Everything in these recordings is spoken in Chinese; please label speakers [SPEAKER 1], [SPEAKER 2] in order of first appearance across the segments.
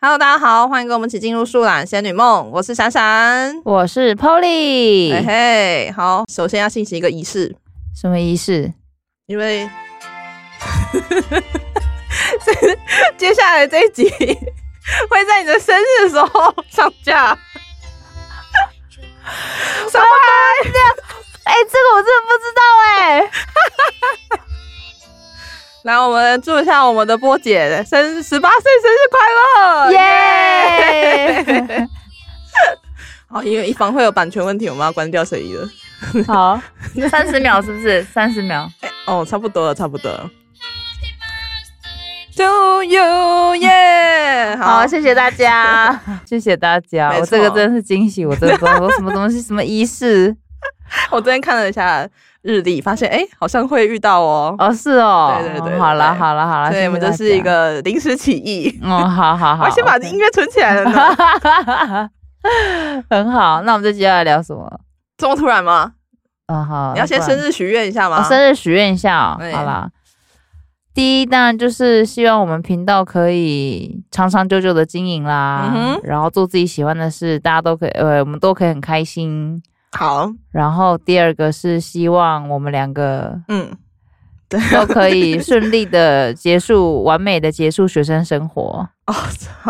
[SPEAKER 1] Hello，大家好，欢迎跟我们一起进入《树懒仙女梦》，我是闪闪。
[SPEAKER 2] 我是
[SPEAKER 1] 哎嘿
[SPEAKER 2] Polly，
[SPEAKER 1] 嘿，好，首先要进行一个仪式，
[SPEAKER 2] 什么仪式？
[SPEAKER 1] 因为 接下来这一集会在你的生日的时候上架。什么？
[SPEAKER 2] 哎、这个我真的不知道哎、
[SPEAKER 1] 来，我们祝一下我们的波姐生十八岁生日快乐！哎
[SPEAKER 2] 哦耶！
[SPEAKER 1] 好，因为以防会有版权问题，我们要关掉声音了。
[SPEAKER 2] 好，三十秒是不是？三十秒。
[SPEAKER 1] 哦，差不多了，差不多了。To you，耶、
[SPEAKER 2] 好，谢谢大 家，谢谢大家。
[SPEAKER 1] 没
[SPEAKER 2] 我
[SPEAKER 1] 错
[SPEAKER 2] 这个真的是惊喜，我真的不知道我什么东 西，什么仪式。
[SPEAKER 1] 我昨天看了一下日历，发现哎、诶好像会遇到哦，
[SPEAKER 2] 哦，是哦。
[SPEAKER 1] 对对对对
[SPEAKER 2] 好了，
[SPEAKER 1] 对
[SPEAKER 2] 好了，好了。
[SPEAKER 1] 所以我们这是一
[SPEAKER 2] 谢谢大家。
[SPEAKER 1] 个临时起意。
[SPEAKER 2] 嗯，好好
[SPEAKER 1] 我
[SPEAKER 2] 好。
[SPEAKER 1] 还先把
[SPEAKER 2] OK
[SPEAKER 1] 音乐存起来了 呢，
[SPEAKER 2] 很好，那我们这接下来聊什么？
[SPEAKER 1] 这么突然吗？
[SPEAKER 2] 嗯，好。
[SPEAKER 1] 你要先
[SPEAKER 2] 不然
[SPEAKER 1] 生哦日许愿一下
[SPEAKER 2] 我
[SPEAKER 1] 吗？
[SPEAKER 2] 生日许愿一下哦
[SPEAKER 1] 对，
[SPEAKER 2] 好啦。第一，当然就是希望我们频道可以长长久久的经营啦，
[SPEAKER 1] 嗯哼
[SPEAKER 2] 然后做自己喜欢的事，大家都可以，呃，我们都可以很开心。
[SPEAKER 1] 好，
[SPEAKER 2] 然后第二个是希望我们两个
[SPEAKER 1] 嗯，
[SPEAKER 2] 都可以顺利的结束，完美的结束学生生 活。
[SPEAKER 1] 哦，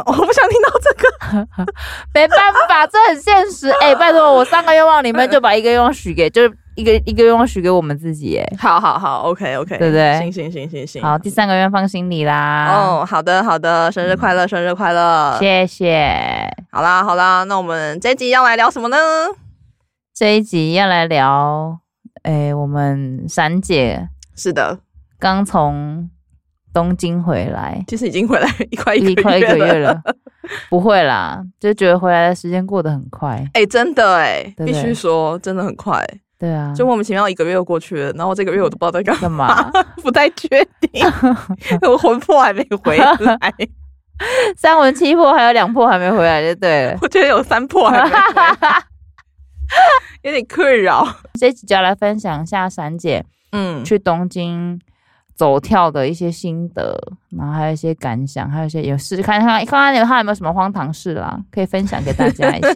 [SPEAKER 1] 我不想听到这个，
[SPEAKER 2] 没办法，这很现实。哎、拜托，我三个愿望里面就把一个愿望许给，就是一个一个愿望许给我们自己。哎，
[SPEAKER 1] 好好好，OK OK，
[SPEAKER 2] 对不对
[SPEAKER 1] 行行行行行，
[SPEAKER 2] 好，第三个愿望放心里啦。
[SPEAKER 1] 哦，好的好的，生日快乐，生日快乐，
[SPEAKER 2] 谢谢。
[SPEAKER 1] 好啦好啦，那我们这一集要来聊什么呢？
[SPEAKER 2] 这一集要来聊，诶，我们闪姐
[SPEAKER 1] 是的，
[SPEAKER 2] 刚从东京回来，
[SPEAKER 1] 其实已经回来 一快
[SPEAKER 2] 已
[SPEAKER 1] 一
[SPEAKER 2] 经
[SPEAKER 1] 个
[SPEAKER 2] 快一
[SPEAKER 1] 月
[SPEAKER 2] 个月
[SPEAKER 1] 了，
[SPEAKER 2] 了，不会啦，就觉得回来的时间过得很快。
[SPEAKER 1] 哎、真的哎、
[SPEAKER 2] 对不
[SPEAKER 1] 必
[SPEAKER 2] 对
[SPEAKER 1] 须说真的很快，
[SPEAKER 2] 对啊，
[SPEAKER 1] 就莫名其妙一个月又过去了，然后我这个月我都不知道在干 嘛。
[SPEAKER 2] 干嘛？
[SPEAKER 1] 不太确 定，我魂魄还没回来，
[SPEAKER 2] 三魂七魄还有两魄还没回来，就对了。
[SPEAKER 1] 我觉得有三魄还没回来，有点困扰。
[SPEAKER 2] 这一集就要来分享一下闪姐
[SPEAKER 1] 嗯，
[SPEAKER 2] 去东京走跳的一些心得，然后还有一些感想，还有一些有事，看看看看他有没有什么荒唐事啦，可以分享给大家一下。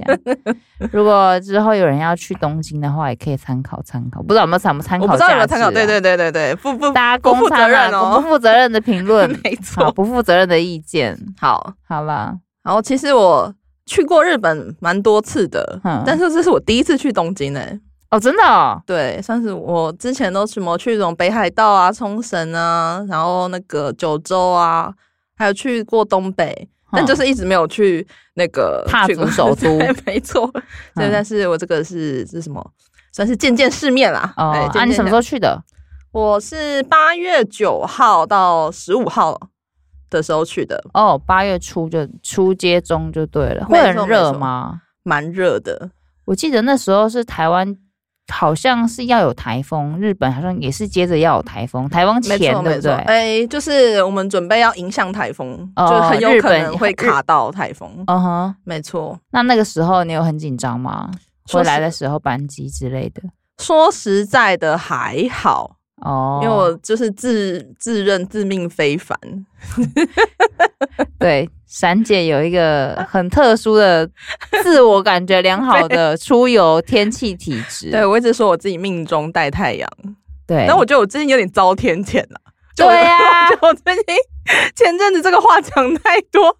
[SPEAKER 2] 如果之后有人要去东京的话，也可以参考参考，不知道有没有参参
[SPEAKER 1] 我
[SPEAKER 2] 考、啊
[SPEAKER 1] 不知道有没有参考，对，对对对对，不不，
[SPEAKER 2] 大家
[SPEAKER 1] 不负
[SPEAKER 2] 公
[SPEAKER 1] 责
[SPEAKER 2] 参
[SPEAKER 1] 任
[SPEAKER 2] 啊
[SPEAKER 1] 哦
[SPEAKER 2] 不不负责任的评论，
[SPEAKER 1] 没
[SPEAKER 2] 好，
[SPEAKER 1] 错。
[SPEAKER 2] 不负责任的意见，
[SPEAKER 1] 好，
[SPEAKER 2] 好啦，
[SPEAKER 1] 然后其实我去过日本蛮多次的
[SPEAKER 2] 嗯，
[SPEAKER 1] 但是这是我第一次去东京诶、欸
[SPEAKER 2] 哦，真的哦，
[SPEAKER 1] 对，算是我之前都什么去这种北海道啊、冲绳啊，然后那个九州啊，还有去过东北，但
[SPEAKER 2] 嗯
[SPEAKER 1] 就是一直没有去那个
[SPEAKER 2] 踏
[SPEAKER 1] 去过
[SPEAKER 2] 足首 都
[SPEAKER 1] 对没错。对，
[SPEAKER 2] 嗯
[SPEAKER 1] 但是我这个是是什么？算是见见世面啦。
[SPEAKER 2] 哦，
[SPEAKER 1] 哎
[SPEAKER 2] 啊，你什么
[SPEAKER 1] 见
[SPEAKER 2] 时？
[SPEAKER 1] 见
[SPEAKER 2] 候去的？
[SPEAKER 1] 我是八月九号到十五号的时候去的，
[SPEAKER 2] 哦，八月初就初接中就对了，
[SPEAKER 1] 没
[SPEAKER 2] 会
[SPEAKER 1] 错
[SPEAKER 2] 很
[SPEAKER 1] 没
[SPEAKER 2] 热
[SPEAKER 1] 错
[SPEAKER 2] 吗？
[SPEAKER 1] 蛮热的。
[SPEAKER 2] 我记得那时候是台湾，好像是要有台风，日本好像也是接着要有台风，台风
[SPEAKER 1] 没
[SPEAKER 2] 前
[SPEAKER 1] 错
[SPEAKER 2] 对
[SPEAKER 1] 没
[SPEAKER 2] 不
[SPEAKER 1] 错，
[SPEAKER 2] 对？
[SPEAKER 1] 哎、就是我们准备要迎向台风，
[SPEAKER 2] 哦
[SPEAKER 1] 就很有
[SPEAKER 2] 日
[SPEAKER 1] 可
[SPEAKER 2] 本
[SPEAKER 1] 能会
[SPEAKER 2] 日
[SPEAKER 1] 卡到台风。
[SPEAKER 2] 嗯哼，
[SPEAKER 1] 没错，
[SPEAKER 2] 那那个时候你有很紧张吗？
[SPEAKER 1] 说
[SPEAKER 2] 回来
[SPEAKER 1] 实
[SPEAKER 2] 的时候班机之类的
[SPEAKER 1] 说实在的还好，
[SPEAKER 2] 哦，
[SPEAKER 1] 因为我就是自自认自命非凡，
[SPEAKER 2] 对闪姐有一个很特殊的自我感觉良好 的出游天气体质，
[SPEAKER 1] 对我一直说我自己命中带太阳，
[SPEAKER 2] 对，
[SPEAKER 1] 但我觉得我最近有点遭天谴了。就我
[SPEAKER 2] 哎对啊
[SPEAKER 1] 就我最近前阵子这个话讲太多，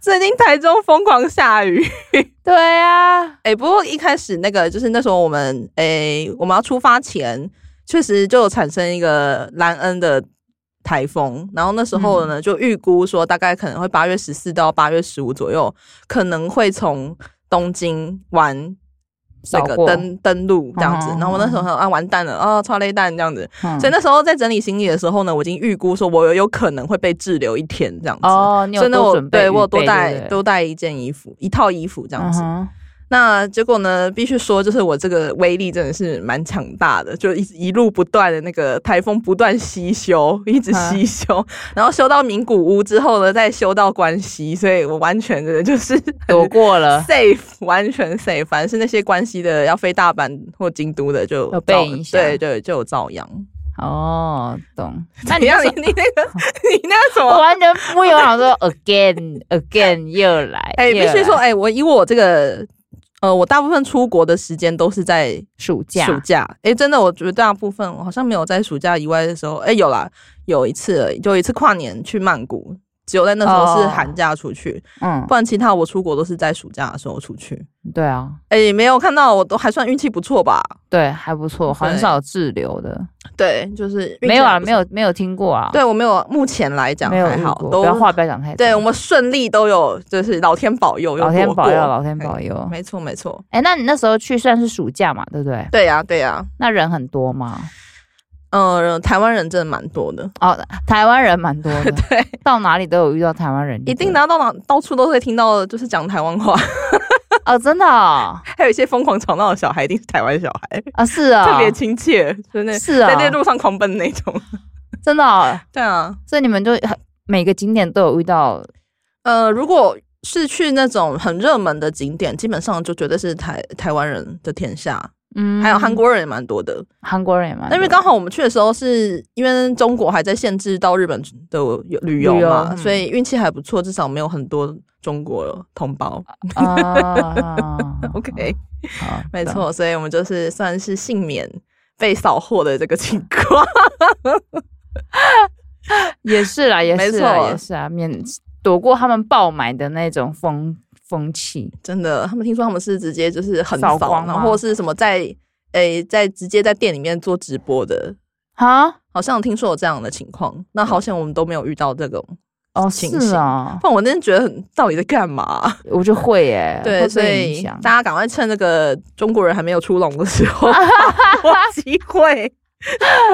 [SPEAKER 1] 最近台中疯狂下雨。
[SPEAKER 2] 对啊，
[SPEAKER 1] 哎、不过一开始那个就是那时候我们哎、我们要出发前，确实就有产生一个兰恩的台风，然后那时候
[SPEAKER 2] 嗯
[SPEAKER 1] 呢、就预估说大概可能会八月十四到八月十五左右，可能会从东京玩。这
[SPEAKER 2] 扫
[SPEAKER 1] 个
[SPEAKER 2] 过
[SPEAKER 1] 登登陆这样子，
[SPEAKER 2] 嗯
[SPEAKER 1] 然后我那时候想啊完蛋了啊超累蛋这样子，
[SPEAKER 2] 嗯
[SPEAKER 1] 所以那时候在整理行李的时候呢，我已经预估说我有有可能会被滞留一天这样子，
[SPEAKER 2] 哦，你
[SPEAKER 1] 所
[SPEAKER 2] 有
[SPEAKER 1] 以呢
[SPEAKER 2] 多
[SPEAKER 1] 我
[SPEAKER 2] 准备
[SPEAKER 1] 对我有
[SPEAKER 2] 预备
[SPEAKER 1] 多带
[SPEAKER 2] 对不对
[SPEAKER 1] 多带一件衣服一套衣服这样
[SPEAKER 2] 嗯
[SPEAKER 1] 子，
[SPEAKER 2] 哼
[SPEAKER 1] 那结果呢？必须说，就是我这个威力真的是蛮强大的，就一直一路不断的那个台风不断吸修，一直
[SPEAKER 2] 啊
[SPEAKER 1] 吸修，然后修到名古屋之后呢，再修到关西，所以我完全的 就是
[SPEAKER 2] 躲过了。
[SPEAKER 1] safe，完全 safe。反正是那些关西的要飞大阪或京都的就
[SPEAKER 2] 有被
[SPEAKER 1] 遭
[SPEAKER 2] 影响
[SPEAKER 1] 对对，就有遭殃。
[SPEAKER 2] 哦， 懂。那
[SPEAKER 1] 怎
[SPEAKER 2] 你
[SPEAKER 1] 样？
[SPEAKER 2] 那时
[SPEAKER 1] 你
[SPEAKER 2] 候
[SPEAKER 1] 你那个 你那什
[SPEAKER 2] 我
[SPEAKER 1] 么？
[SPEAKER 2] 完全不由想说 again again 又来，
[SPEAKER 1] 哎、
[SPEAKER 2] 又
[SPEAKER 1] 必须
[SPEAKER 2] 来
[SPEAKER 1] 说，哎、我以我这个呃，我大部分出国的时间都是在
[SPEAKER 2] 暑假
[SPEAKER 1] 暑假，哎、真的，我觉得大部分我好像没有在暑假以外的时候，哎、有啦，有一次而已，就一次跨年去曼谷，只有在那时候是
[SPEAKER 2] 哦
[SPEAKER 1] 寒假出去，
[SPEAKER 2] 嗯
[SPEAKER 1] 不，然其他我出国都是在暑假的时候出去。
[SPEAKER 2] 对啊，
[SPEAKER 1] 哎、没有看到，我都还算运气不错吧？
[SPEAKER 2] 对，还不错，很
[SPEAKER 1] 对
[SPEAKER 2] 少滞留的，
[SPEAKER 1] 对，就是运气
[SPEAKER 2] 没有啊，
[SPEAKER 1] 还不错
[SPEAKER 2] 没，有没有听过啊，
[SPEAKER 1] 对我没有，目前来讲
[SPEAKER 2] 没有
[SPEAKER 1] 还
[SPEAKER 2] 遇
[SPEAKER 1] 好，
[SPEAKER 2] 过
[SPEAKER 1] 都
[SPEAKER 2] 不要话不要讲太多，
[SPEAKER 1] 对我们顺利都有，就是老天保佑，有
[SPEAKER 2] 老天
[SPEAKER 1] 躲
[SPEAKER 2] 保
[SPEAKER 1] 过
[SPEAKER 2] 佑，老天保佑。
[SPEAKER 1] 没错没错，
[SPEAKER 2] 哎，那你那时候去算是暑假嘛，对不对？
[SPEAKER 1] 对呀、对呀、
[SPEAKER 2] 那人很多吗？
[SPEAKER 1] 嗯、台湾人真的蛮多的，
[SPEAKER 2] 哦，台湾人蛮多的，
[SPEAKER 1] 对，
[SPEAKER 2] 到哪里都有遇到台湾人，
[SPEAKER 1] 一定
[SPEAKER 2] 的
[SPEAKER 1] 拿到哪到处都会听到，就是讲台湾话，
[SPEAKER 2] 哦，真的哦
[SPEAKER 1] 还有一些疯狂吵闹的小孩，一定是台湾小孩，
[SPEAKER 2] 啊，是啊，
[SPEAKER 1] 特别亲切，真的。
[SPEAKER 2] 是啊
[SPEAKER 1] 在，那路上狂奔那种，
[SPEAKER 2] 真的哦，
[SPEAKER 1] 对啊，
[SPEAKER 2] 所以你们就很每个景点都有遇到
[SPEAKER 1] 呃，如果是去那种很热门的景点，基本上就绝对是台台湾人的天下，
[SPEAKER 2] 嗯，
[SPEAKER 1] 还有韩国人也蛮多的。
[SPEAKER 2] 韩国人也蛮多
[SPEAKER 1] 那因为刚好我们去的时候是，因为中国还在限制到日本的旅游
[SPEAKER 2] 旅游
[SPEAKER 1] 嘛，
[SPEAKER 2] 嗯
[SPEAKER 1] 所以运气还不错，至少没有很多中国同胞。
[SPEAKER 2] 哦啊
[SPEAKER 1] OK，
[SPEAKER 2] 好
[SPEAKER 1] 没错，所以我们就是算是幸免被扫货的这个情况。
[SPEAKER 2] 也是啦，也
[SPEAKER 1] 没
[SPEAKER 2] 是啦，
[SPEAKER 1] 错
[SPEAKER 2] 也是啊，免躲过他们爆买的那种风风气。
[SPEAKER 1] 真的，他们听说他们是直接就是很
[SPEAKER 2] 扫
[SPEAKER 1] 扫，
[SPEAKER 2] 光吗
[SPEAKER 1] 然后或是什么在诶、在直接在店里面做直播的，
[SPEAKER 2] 哈，
[SPEAKER 1] 好像有听说有这样的情况。那
[SPEAKER 2] 嗯
[SPEAKER 1] 好险我们都没有遇到这种，
[SPEAKER 2] 哦，
[SPEAKER 1] 情
[SPEAKER 2] 是
[SPEAKER 1] 形
[SPEAKER 2] 啊，
[SPEAKER 1] 不然我真的觉得很到底在干嘛啊、
[SPEAKER 2] 我就会耶、会
[SPEAKER 1] 对，
[SPEAKER 2] 被
[SPEAKER 1] 所
[SPEAKER 2] 影
[SPEAKER 1] 以
[SPEAKER 2] 响
[SPEAKER 1] 大家赶快趁这个中国人还没有出笼的时 候把握机会，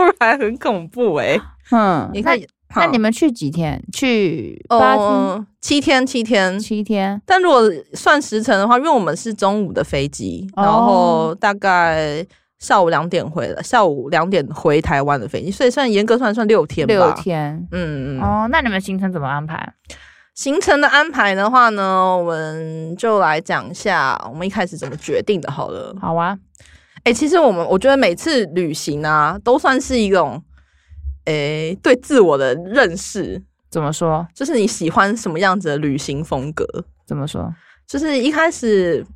[SPEAKER 1] 不然很恐怖哎、
[SPEAKER 2] 嗯，
[SPEAKER 1] 你
[SPEAKER 2] 那
[SPEAKER 1] 看，哦
[SPEAKER 2] 那你
[SPEAKER 1] 们
[SPEAKER 2] 们去几天？去八天、
[SPEAKER 1] 七天七天，
[SPEAKER 2] 七天？
[SPEAKER 1] 但如果算时辰的话，因为我们是中午的飞机，
[SPEAKER 2] 哦
[SPEAKER 1] 然后大概下午两点回来，下午两点回台湾的飞机，所以算严格算算六天吧。
[SPEAKER 2] 六天。
[SPEAKER 1] 嗯，嗯嗯。
[SPEAKER 2] 哦，那你们行程怎么安排？
[SPEAKER 1] 行程的安排的话呢，我们就来讲一下我们一开始怎么决定的好了。
[SPEAKER 2] 好啊，
[SPEAKER 1] 哎、其实我们我觉得每次旅行啊，都算是一种，哎、对自我的认识，
[SPEAKER 2] 怎么说？
[SPEAKER 1] 就是你喜欢什么样子的旅行风格。
[SPEAKER 2] 怎么说？
[SPEAKER 1] 就是一开始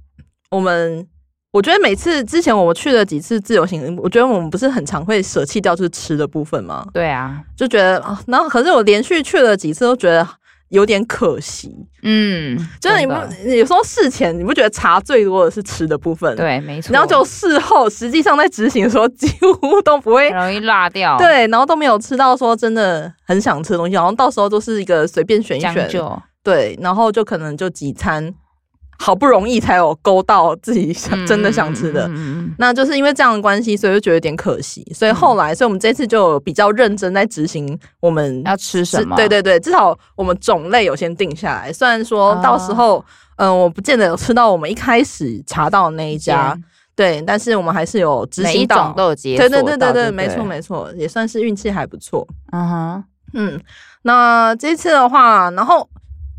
[SPEAKER 1] 我们，我觉得每次之前我们去了几次自由行，我觉得我们不是很常会舍弃掉就是吃的部分嘛，
[SPEAKER 2] 对啊，
[SPEAKER 1] 就觉得啊，然后可是我连续去了几次都觉得有点可惜，
[SPEAKER 2] 嗯，
[SPEAKER 1] 就是你
[SPEAKER 2] 真
[SPEAKER 1] 不
[SPEAKER 2] 的
[SPEAKER 1] 你有时候事前你不觉得查最多的是吃的部分，，
[SPEAKER 2] 对，没错，
[SPEAKER 1] 然后就事后实际上在执行的时候几乎都不 会
[SPEAKER 2] 很。容易落掉，，
[SPEAKER 1] 对，然后都没有吃到说真的很想吃的东西，然后到时候都是一个随便选一
[SPEAKER 2] 将
[SPEAKER 1] 选，
[SPEAKER 2] 就，
[SPEAKER 1] 对，然后就可能就几餐，好不容易才有勾到自己想、 真的想吃的。
[SPEAKER 2] 嗯嗯嗯嗯
[SPEAKER 1] 那就是因为这样的关系，所以就觉得有点可惜。所以后来，所以我们这次就有比较认真在执行我们
[SPEAKER 2] 要吃什么？
[SPEAKER 1] 对对对，至少我们种类有先定下来。虽然说
[SPEAKER 2] 啊
[SPEAKER 1] 到时候，嗯、我不见得有吃到我们一开始查到的那一家
[SPEAKER 2] 煎，
[SPEAKER 1] 对，但是我们还是有执
[SPEAKER 2] 每一
[SPEAKER 1] 行
[SPEAKER 2] 种
[SPEAKER 1] 到。
[SPEAKER 2] 都有解
[SPEAKER 1] 对
[SPEAKER 2] 锁
[SPEAKER 1] 对对
[SPEAKER 2] 到
[SPEAKER 1] 对对，
[SPEAKER 2] 对不
[SPEAKER 1] 没错没错，也算是运气还不错。
[SPEAKER 2] 嗯哼，
[SPEAKER 1] 嗯，那这次的话，然后，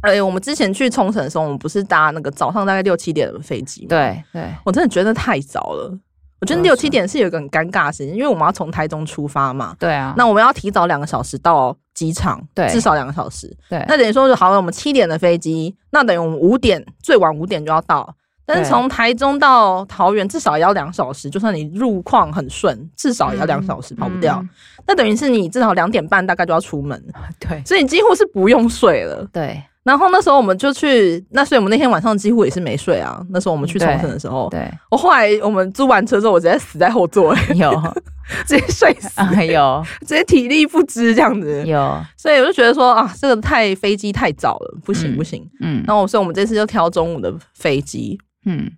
[SPEAKER 1] 哎、我们之前去冲绳的时候，我们不是搭那个早上大概六七点的飞机吗？，
[SPEAKER 2] 对对，
[SPEAKER 1] 我真的觉得太早了。我觉得
[SPEAKER 2] 嗯
[SPEAKER 1] 六
[SPEAKER 2] 是
[SPEAKER 1] 七点是有一个很尴尬的时间，因为我们要从台中出发嘛，
[SPEAKER 2] 对啊，
[SPEAKER 1] 那我们要提早两个小时到机场，
[SPEAKER 2] 对
[SPEAKER 1] 至少两个小时。
[SPEAKER 2] 对
[SPEAKER 1] 那等于说，好了，我们七点的飞机，那等于我们五点最晚五点就要到。但
[SPEAKER 2] 对
[SPEAKER 1] 是从台中到桃园至少也要两小时，就算你路况很顺，至少也要两小时，跑不掉。
[SPEAKER 2] 嗯
[SPEAKER 1] 那等于是你至少两点半大概就要出门。
[SPEAKER 2] 对
[SPEAKER 1] 所以你几乎是不用睡了。
[SPEAKER 2] 对
[SPEAKER 1] 然后那时候我们就去，那所以我们那天晚上几乎也是没睡啊。那时候我们去冲绳的时候，
[SPEAKER 2] 对，
[SPEAKER 1] 我后来我们租完车之后，我直接死在后座，
[SPEAKER 2] 有
[SPEAKER 1] 直接睡死，
[SPEAKER 2] 啊有
[SPEAKER 1] 直接体力不支这样 子。
[SPEAKER 2] 有，
[SPEAKER 1] 所以我就觉得说啊，这个太飞机太早了，不
[SPEAKER 2] 嗯
[SPEAKER 1] 行不行。
[SPEAKER 2] 嗯
[SPEAKER 1] 然后所以我们这次就挑中午的飞机，
[SPEAKER 2] 嗯，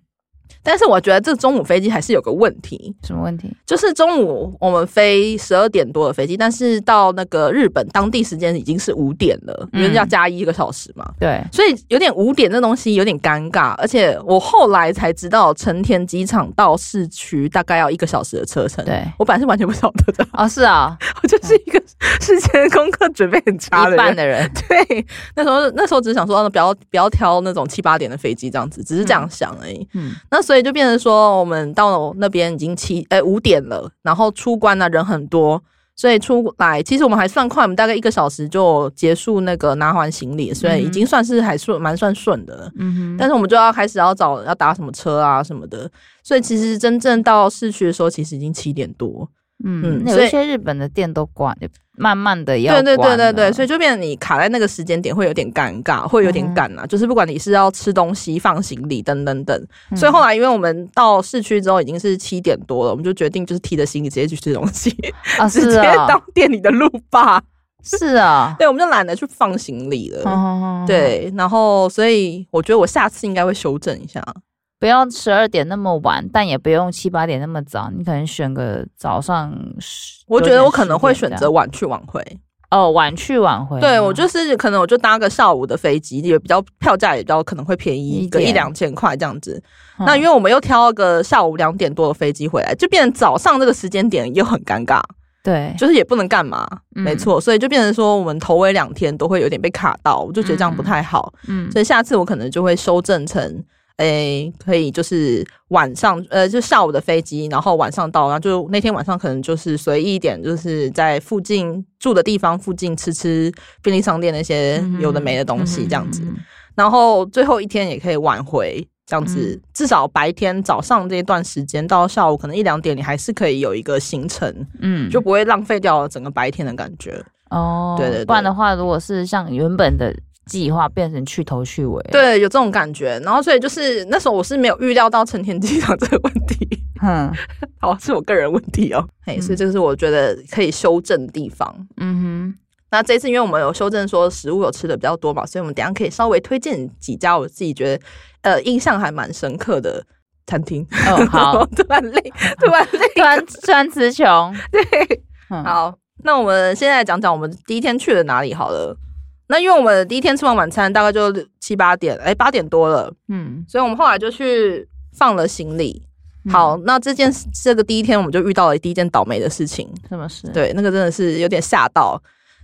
[SPEAKER 1] 但是我觉得这中午飞机还是有个问题，
[SPEAKER 2] 什么问题？
[SPEAKER 1] 就是中午我们飞十二点多的飞机，但是到那个日本当地时间已经是五点了，因为
[SPEAKER 2] 嗯
[SPEAKER 1] 要加一个小时嘛。
[SPEAKER 2] 对，
[SPEAKER 1] 所以有点五点这东西有点尴尬，而且我后来才知道成田机场到市区大概要一个小时的车程。
[SPEAKER 2] 对
[SPEAKER 1] 我本来是完全不晓得的，
[SPEAKER 2] 哦是啊，
[SPEAKER 1] 我 就是一个事前功课准备很差的
[SPEAKER 2] 一半
[SPEAKER 1] 人。
[SPEAKER 2] 的人，
[SPEAKER 1] 对，那时候那时候只是想说，啊不要不要挑那种七八点的飞机这样子，只是这样想而已。
[SPEAKER 2] 嗯
[SPEAKER 1] 那所以就变啊成说，我们到那边已经七呃五点了，然后出关呢人很多，所以出来其实我们还算快，我们大概一个小时就结束那个拿完行李，所以已经算是还顺蛮算顺的了。
[SPEAKER 2] 嗯
[SPEAKER 1] 但
[SPEAKER 2] 哼，
[SPEAKER 1] 是我们就要开始要找要打什么车啊什么的，所以其实真正到市区的时候，其实已经七点多。嗯
[SPEAKER 2] 嗯，有
[SPEAKER 1] 所以
[SPEAKER 2] 一些日本的店都关，慢慢的要
[SPEAKER 1] 对对对
[SPEAKER 2] 关
[SPEAKER 1] 对
[SPEAKER 2] 了
[SPEAKER 1] 对，所以就变成你卡在那个时间点会有点尴尬，会有点
[SPEAKER 2] 嗯哼
[SPEAKER 1] 赶啊。就是不管你是要吃东西、放行李等等等，
[SPEAKER 2] 嗯
[SPEAKER 1] 所以后来因为我们到市区之后已经是七点多了，我们就决定就是提着行李直接去吃东西，
[SPEAKER 2] 啊
[SPEAKER 1] 直
[SPEAKER 2] 是
[SPEAKER 1] 接
[SPEAKER 2] 啊
[SPEAKER 1] 到店里的路霸。
[SPEAKER 2] 是啊，
[SPEAKER 1] 对，我们就懒得去放行李了。
[SPEAKER 2] 嗯，
[SPEAKER 1] 对，然后所以我觉得我下次应该会修正一下。
[SPEAKER 2] 不要十二点那么晚，但也不用七八点那么早，你可能选个早上10。
[SPEAKER 1] 我觉得我可能会
[SPEAKER 2] 9点
[SPEAKER 1] 选
[SPEAKER 2] 这样
[SPEAKER 1] 择晚去晚回。
[SPEAKER 2] 哦，晚去晚回吗。
[SPEAKER 1] 对啊我就是可能我就搭个下午的飞机，也比较票价也比较可能会便宜
[SPEAKER 2] 一
[SPEAKER 1] 个一
[SPEAKER 2] 点
[SPEAKER 1] 两千块这样子。
[SPEAKER 2] 嗯
[SPEAKER 1] 那因为我们又挑个下午两点多的飞机回来，就变成早上这个时间点又很尴尬，
[SPEAKER 2] 对，
[SPEAKER 1] 就是也不能干嘛，
[SPEAKER 2] 哎嗯
[SPEAKER 1] 没错，所以就变成说我们头尾两天都会有点被卡到，我就觉得这样不太好，
[SPEAKER 2] 嗯
[SPEAKER 1] 所以下次我可能就会修正成。诶，可以就是晚上，呃，就下午的飞机，然后晚上到，然后就那天晚上可能就是随意一点，就是在附近住的地方附近吃吃便利商店那些有的没的东西这样子。
[SPEAKER 2] 嗯嗯嗯嗯嗯
[SPEAKER 1] 然后最后一天也可以挽回，这样子、至少白天早上这一段时间到下午可能一两点，你还是可以有一个行程，
[SPEAKER 2] 嗯，
[SPEAKER 1] 就不会浪费掉整个白天的感觉。
[SPEAKER 2] 哦，
[SPEAKER 1] 对对对
[SPEAKER 2] 不然的话，如果是像原本的计划变成去头去尾，，
[SPEAKER 1] 对，有这种感觉。然后所以就是那时候我是没有预料到成田机场这个问题，
[SPEAKER 2] 嗯
[SPEAKER 1] 好是我个人问题哦。嘿，所以这个是我觉得可以修正的地方。
[SPEAKER 2] 嗯
[SPEAKER 1] 那这次因为我们有修正说食物有吃的比较多嘛，所以我们等一下可以稍微推荐几家我自己觉得呃印象还蛮深刻的餐厅。
[SPEAKER 2] 哼，哦好，
[SPEAKER 1] 突然累， 突然累。
[SPEAKER 2] 突然突然 词穷，嗯对，好，
[SPEAKER 1] 好，那我们现在讲讲我们第一天去了哪里好了。那因为我们第一天吃完晚餐大概就六七八点，哎、八点多了，
[SPEAKER 2] 嗯，
[SPEAKER 1] 所以我们后来就去放了行李。
[SPEAKER 2] 嗯
[SPEAKER 1] 好，那这件事这个第一天我们就遇到了第一件倒霉的事情，
[SPEAKER 2] 什么事？，
[SPEAKER 1] 对，那个真的是有点吓到。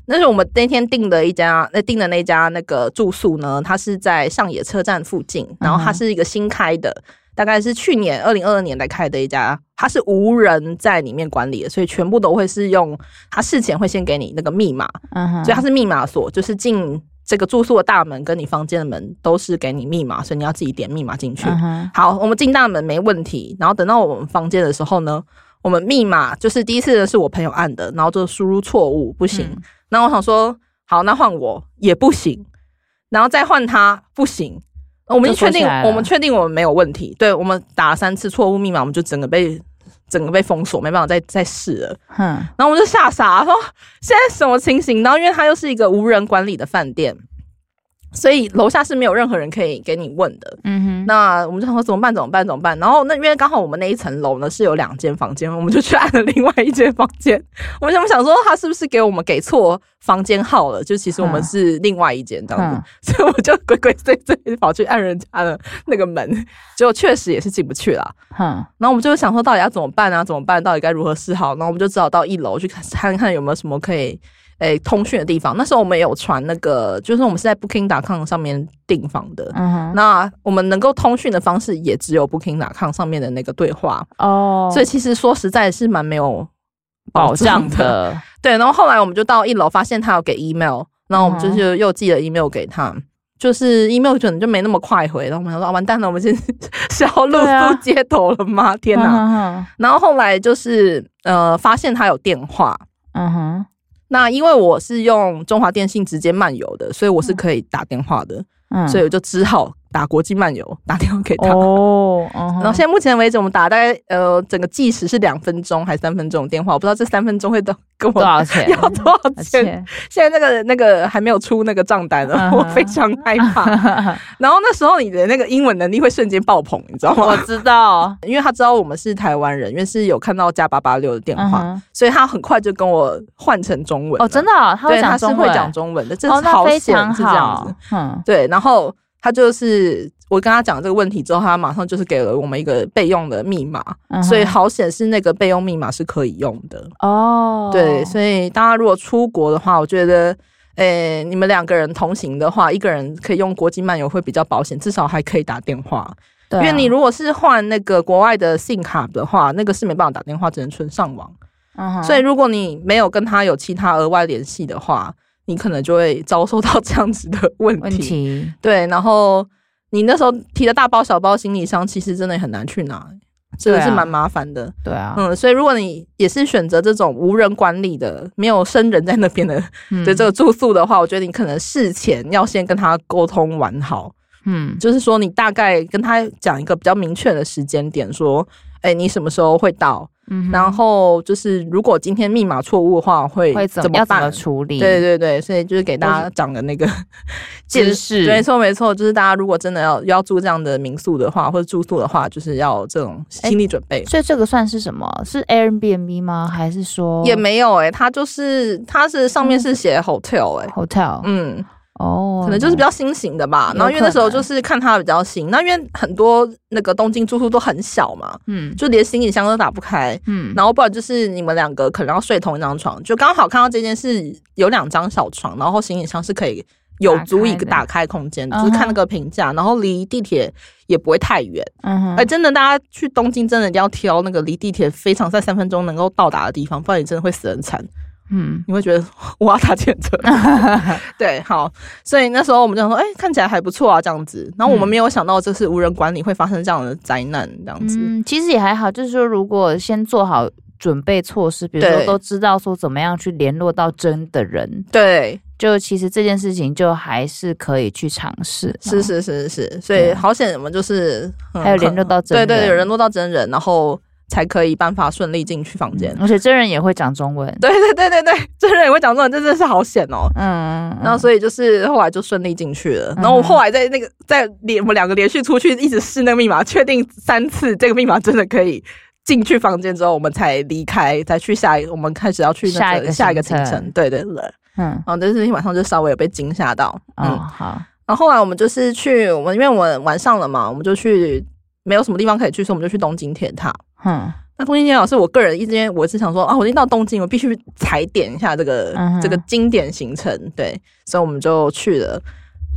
[SPEAKER 1] 那是我们那天订的一家，那订的那家那个住宿呢，它是在上野车站附近，然后它
[SPEAKER 2] 嗯哼
[SPEAKER 1] 是一个新开的，大概是去年二零二二年来开的一家，它是无人在里面管理的，所以全部都会是用它事前会先给你那个密码，
[SPEAKER 2] 嗯哼，
[SPEAKER 1] 所以它是密码锁，就是进这个住宿的大门跟你房间的门都是给你密码，所以你要自己点密码进去。
[SPEAKER 2] 嗯哼，
[SPEAKER 1] 好，我们进大门没问题。然后等到我们房间的时候呢，我们密码就是第一次的是我朋友按的，然后就输入错误，不行。
[SPEAKER 2] 嗯
[SPEAKER 1] 那我想说，好，那换我也不行，然后再换他不行。我们已经确
[SPEAKER 2] 就
[SPEAKER 1] 定
[SPEAKER 2] 缩起来，了
[SPEAKER 1] 我们确定我们没有问题。对我们打了三次错误密码，我们就整个被整个被封锁，没办法再再试了。
[SPEAKER 2] 嗯哼，
[SPEAKER 1] 然后我就吓傻，说现在什么情形？然后因为它又是一个无人管理的饭店，所以楼下是没有任何人可以给你问的。
[SPEAKER 2] 嗯哼，
[SPEAKER 1] 那我们就想说怎么办？怎么办？怎么办？然后那因为刚好我们那一层楼呢是有两间房间，我们就去按了另外一间房间。我们想想说他是不是给我们给错房间号了？就其实我们是另外一间这样子，
[SPEAKER 2] 嗯
[SPEAKER 1] 所以我就鬼鬼祟祟地跑去按人家的那个门，结果确实也是进不去啦。
[SPEAKER 2] 哼，
[SPEAKER 1] 然后我们就想说到底要怎么办啊？怎么办？到底该如何是好？然后我们就只好到一楼去看看看有没有什么可以。诶、通讯的地方，那时候我们也有传那个，就是我们是在 Booking.com 上面订房的，
[SPEAKER 2] 嗯哼，
[SPEAKER 1] 那我们能够通讯的方式也只有 Booking.com 上面的那个对话，
[SPEAKER 2] 哦，
[SPEAKER 1] 所以其实说实在是蛮没有
[SPEAKER 2] 保障
[SPEAKER 1] 的。
[SPEAKER 2] 的，
[SPEAKER 1] 对，然后后来我们就到一楼，发现他有给 email，然后我们
[SPEAKER 2] 哦
[SPEAKER 1] 就是又寄了 email 给他。就是 email 可能就没那么快回，然后我们想说、啊、完蛋了，我们现在是 要露
[SPEAKER 2] 对啊嗯
[SPEAKER 1] 宿街头了吗？天哪！
[SPEAKER 2] 哪，
[SPEAKER 1] 然后后来就是呃，发现他有电话，
[SPEAKER 2] 嗯哼，
[SPEAKER 1] 那因为我是用中华电信直接漫游的，所以我是可以打电话的，
[SPEAKER 2] 嗯，
[SPEAKER 1] 所以我就只好打国际漫游打电话给他。
[SPEAKER 2] 哦，嗯哼
[SPEAKER 1] 然后现在目前为止，我们打大概呃整个计时是两分钟还是三分钟的电话，我不知道这三分钟会到跟我
[SPEAKER 2] 多少钱？
[SPEAKER 1] 要多少
[SPEAKER 2] 而
[SPEAKER 1] 钱。
[SPEAKER 2] 且，
[SPEAKER 1] 现在那个那个还没有出那个账单
[SPEAKER 2] 嗯
[SPEAKER 1] 呢，
[SPEAKER 2] 哼
[SPEAKER 1] 我非常害怕。 然后那时候你的那个英文能力会瞬间爆棚，你知道
[SPEAKER 2] 我
[SPEAKER 1] 吗？
[SPEAKER 2] 知道，
[SPEAKER 1] 因为他知道我们是台湾人，因为是有看到加八八六的电
[SPEAKER 2] 嗯
[SPEAKER 1] 话，
[SPEAKER 2] 哼，
[SPEAKER 1] 所以他很快就跟我换成中文了。
[SPEAKER 2] 哦，真的哦，他会
[SPEAKER 1] 对，
[SPEAKER 2] 讲
[SPEAKER 1] 他是
[SPEAKER 2] 中
[SPEAKER 1] 会
[SPEAKER 2] 文，
[SPEAKER 1] 讲中文的，这
[SPEAKER 2] 哦，
[SPEAKER 1] 是
[SPEAKER 2] 那
[SPEAKER 1] 好
[SPEAKER 2] 非
[SPEAKER 1] 险
[SPEAKER 2] 常
[SPEAKER 1] 是这样
[SPEAKER 2] 好
[SPEAKER 1] 子。，
[SPEAKER 2] 嗯
[SPEAKER 1] 对，然后他就是我跟他讲这个问题之后，他马上就是给了我们一个备用的密码，
[SPEAKER 2] 嗯哼，
[SPEAKER 1] 所以好显示那个备用密码是可以用的。
[SPEAKER 2] 哦，
[SPEAKER 1] 对，所以大家如果出国的话，我觉得。诶、你们两个人同行的话，一个人可以用国际漫游会比较保险，至少还可以打电话。
[SPEAKER 2] 对啊，
[SPEAKER 1] 因为你如果是换那个国外的 SIM 卡的话，那个是没办法打电话，只能纯上网。
[SPEAKER 2] 嗯哼
[SPEAKER 1] 所以如果你没有跟他有其他额外联系的话，你可能就会遭受到这样子的问
[SPEAKER 2] 问
[SPEAKER 1] 题。
[SPEAKER 2] 题
[SPEAKER 1] 对，然后你那时候提的大包小包行李箱，其实真的也很难去拿，真的
[SPEAKER 2] 对啊
[SPEAKER 1] 是蛮麻烦的。
[SPEAKER 2] 对啊，
[SPEAKER 1] 嗯，所以如果你也是选择这种无人管理的、没有生人在那边的
[SPEAKER 2] 嗯
[SPEAKER 1] 的这个住宿的话，我觉得你可能事前要先跟他沟通完好，
[SPEAKER 2] 嗯
[SPEAKER 1] 就是说你大概跟他讲一个比较明确的时间点，说，哎、你什么时候会到？
[SPEAKER 2] 嗯哼，
[SPEAKER 1] 然后就是如果今天密码错误的话，会
[SPEAKER 2] 会怎
[SPEAKER 1] 怎
[SPEAKER 2] 么要怎
[SPEAKER 1] 办？
[SPEAKER 2] 么处理？
[SPEAKER 1] 对对对，所以就是给大家讲的那 个
[SPEAKER 2] 知
[SPEAKER 1] 建
[SPEAKER 2] 识
[SPEAKER 1] 没错没错，就是大家如果真的要要住这样的民宿的话，或者住宿的话，就是要这种
[SPEAKER 2] 哎
[SPEAKER 1] 心理准备。
[SPEAKER 2] 所以这个算是什么？是 Airbnb 吗？还是说
[SPEAKER 1] 也没有哎、它就是它是上面是写 hotel 哎、
[SPEAKER 2] hotel？
[SPEAKER 1] 嗯，
[SPEAKER 2] 哦，
[SPEAKER 1] 可能就是比较新型的吧。
[SPEAKER 2] 有
[SPEAKER 1] 然后因为那时候
[SPEAKER 2] 可能
[SPEAKER 1] 就是看它比较新，那因为很多那个东京住宿都很小嘛，
[SPEAKER 2] 嗯
[SPEAKER 1] 就连行李箱都打不开。
[SPEAKER 2] 嗯
[SPEAKER 1] 然后不然就是你们两个可能要睡同一张床，就刚好看到这件事有两张小床，然后行李箱是可以有足以
[SPEAKER 2] 打开的
[SPEAKER 1] 打开空间的，
[SPEAKER 2] 嗯
[SPEAKER 1] 就
[SPEAKER 2] 哼
[SPEAKER 1] 是看那个评价，然后离地铁也不会太远。
[SPEAKER 2] 嗯
[SPEAKER 1] 哎，
[SPEAKER 2] 哼，
[SPEAKER 1] 真的，大家去东京真的一定要挑那个离地铁非常在三分钟能够到达的地方，不然你真的会死得很惨。
[SPEAKER 2] 嗯
[SPEAKER 1] 你会觉得 我要搭电 车。对，好，所以那时候我们就想说，哎、看起来还不错啊，这样子。然后我们
[SPEAKER 2] 嗯
[SPEAKER 1] 没有想到，这是无人管理会发生这样的灾难，这样子。
[SPEAKER 2] 嗯，其实也还好，就是说如果先做好准备措施，比如说
[SPEAKER 1] 对
[SPEAKER 2] 都知道说怎么样去联络到真的人，
[SPEAKER 1] 对，
[SPEAKER 2] 就其实这件事情就还是可以去尝试啦，
[SPEAKER 1] 是是是是，所
[SPEAKER 2] 对
[SPEAKER 1] 以
[SPEAKER 2] 啊
[SPEAKER 1] 好险，我们就是、嗯
[SPEAKER 2] 还有联络到真人
[SPEAKER 1] 对对，有联络到真人，然后才可以办法顺利进去房间。
[SPEAKER 2] 嗯，而且真人也会讲中文，
[SPEAKER 1] 对对对对对，真人也会讲中文，这真的是好险哦。
[SPEAKER 2] 嗯，嗯
[SPEAKER 1] 然后所以就是后来就顺利进去了。然后我后来在那个在连我们两个连续出去一直试那个密码，确定三次这个密码真的可以进去房间之后，我们才离开，才去下一我们开始要去、那
[SPEAKER 2] 下一个
[SPEAKER 1] 下一个
[SPEAKER 2] 行
[SPEAKER 1] 行
[SPEAKER 2] 程
[SPEAKER 1] 程。对对对。
[SPEAKER 2] 嗯
[SPEAKER 1] 然后但是那天晚上就稍微有被惊吓到，嗯。
[SPEAKER 2] 哦好，
[SPEAKER 1] 然后后来我们就是去我们因为我们晚上了嘛，我们就去没有什么地方可以去，所以我们就去东京铁塔。
[SPEAKER 2] 嗯
[SPEAKER 1] 那东京铁塔是我个人一直因为我是想说啊，我已经到东京，我必须踩点一下这个、
[SPEAKER 2] 嗯哼
[SPEAKER 1] 这个经典行程，对，所以我们就去了。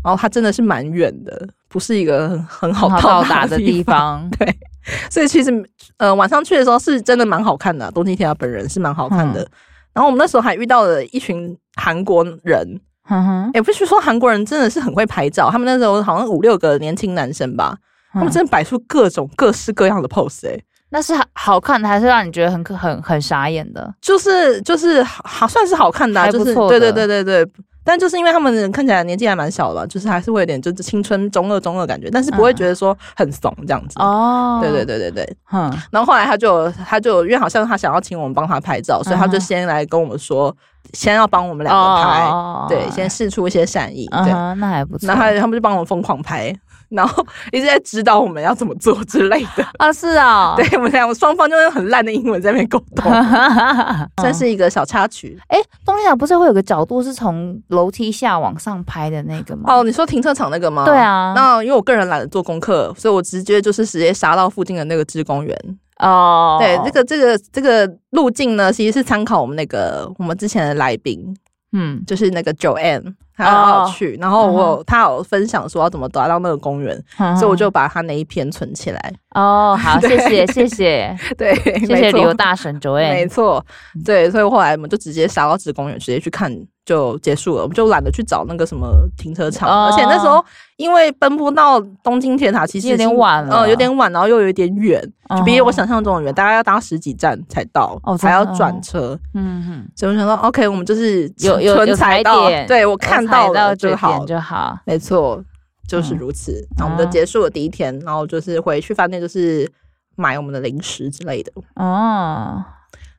[SPEAKER 1] 然后它真的是蛮远的，不是一个很很好
[SPEAKER 2] 很
[SPEAKER 1] 到
[SPEAKER 2] 好到达的地
[SPEAKER 1] 地方，
[SPEAKER 2] 方，
[SPEAKER 1] 所以其实呃晚上去的时候是真的蛮好看的啊、东京铁塔本人是蛮好看
[SPEAKER 2] 嗯
[SPEAKER 1] 的。然后我们那时候还遇到了一群韩国人，
[SPEAKER 2] 哼哼，
[SPEAKER 1] 也不是说韩国人真的是很会拍照，他们那时候好像五六个年轻男生吧，他们
[SPEAKER 2] 嗯
[SPEAKER 1] 真的摆出各种各式各样的 pose 哎、
[SPEAKER 2] 那是好好看的，还是让你觉得很可很很傻眼的？
[SPEAKER 1] 就是就是好算是好看的、
[SPEAKER 2] 还
[SPEAKER 1] 啊，
[SPEAKER 2] 不
[SPEAKER 1] 就是
[SPEAKER 2] 错
[SPEAKER 1] 对
[SPEAKER 2] 的
[SPEAKER 1] 对对对对。但就是因为他们看起来年纪还蛮小的吧，就是还是会有点就是青春中二中二感觉，但是不会
[SPEAKER 2] 嗯
[SPEAKER 1] 觉得说很怂这样子。
[SPEAKER 2] 哦，
[SPEAKER 1] 对对，对对对。
[SPEAKER 2] 哼，
[SPEAKER 1] 然后后来他就他就因为好像他想要请我们帮他拍照，所以他就
[SPEAKER 2] 嗯哼
[SPEAKER 1] 先来跟我们说，先要帮我们两个拍，
[SPEAKER 2] 哦，
[SPEAKER 1] 对，先试出一些善意，
[SPEAKER 2] 嗯
[SPEAKER 1] 对。
[SPEAKER 2] 哼，那还不错。
[SPEAKER 1] 然后他他们就帮我们疯狂拍，然后一直在指导我们要怎么做之类的。
[SPEAKER 2] 啊，是 啊，
[SPEAKER 1] 对我们俩双方就用很烂的英文在那边沟通，算是一个小插曲。
[SPEAKER 2] 哎，东京塔不是会有个角度是从楼梯下往上拍的那个吗？
[SPEAKER 1] 哦，你说停车场那个吗？
[SPEAKER 2] 对。啊，
[SPEAKER 1] 那因为我个人懒得做功课，所以我直接就是直接杀到附近的那个职公园。
[SPEAKER 2] 哦，
[SPEAKER 1] 对，这，个这个这个路径呢，其实是参考我们那个我们之前的来宾，
[SPEAKER 2] 嗯，
[SPEAKER 1] 就是那个 Joanne，他
[SPEAKER 2] 哦
[SPEAKER 1] 有去，然后我
[SPEAKER 2] 嗯
[SPEAKER 1] 有他有分享说要怎么达到那个公园，所以我就把他那一篇存起来。
[SPEAKER 2] 哦，好，谢
[SPEAKER 1] 对
[SPEAKER 2] 谢谢谢
[SPEAKER 1] 对，
[SPEAKER 2] 谢谢
[SPEAKER 1] 没错
[SPEAKER 2] 旅游大神九
[SPEAKER 1] 没
[SPEAKER 2] A，
[SPEAKER 1] 错，
[SPEAKER 2] 嗯
[SPEAKER 1] 对，所以后来我们就直接杀到职公园，直接去看就结束了，我们就懒得去找那个什么停车场，
[SPEAKER 2] 哦
[SPEAKER 1] 而且那时候因为奔波到东京铁塔其实已
[SPEAKER 2] 有点
[SPEAKER 1] 经
[SPEAKER 2] 晚了
[SPEAKER 1] 嗯，有点晚，然后又有点远，就比
[SPEAKER 2] 嗯哼
[SPEAKER 1] 我想象中的远，大概要搭十几站才到，
[SPEAKER 2] 哦真
[SPEAKER 1] 还
[SPEAKER 2] 的
[SPEAKER 1] 要转车，
[SPEAKER 2] 嗯哼，
[SPEAKER 1] 所以我想说，OK，我们就是
[SPEAKER 2] 有有有
[SPEAKER 1] 存
[SPEAKER 2] 踩
[SPEAKER 1] 财到
[SPEAKER 2] 点，
[SPEAKER 1] 对我看到
[SPEAKER 2] 嗯我踩
[SPEAKER 1] 了
[SPEAKER 2] 到
[SPEAKER 1] 就
[SPEAKER 2] 这
[SPEAKER 1] 好
[SPEAKER 2] 点，就嗯啊好，
[SPEAKER 1] 没错，就是如此。那、我们就结束了第一天，然后就是回去饭店，就是买我们的零食之类的。
[SPEAKER 2] 哦，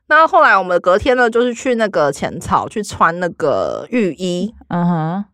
[SPEAKER 1] 那后来我们隔天呢，就是去那个浅草去穿那个浴衣。
[SPEAKER 2] 嗯哼，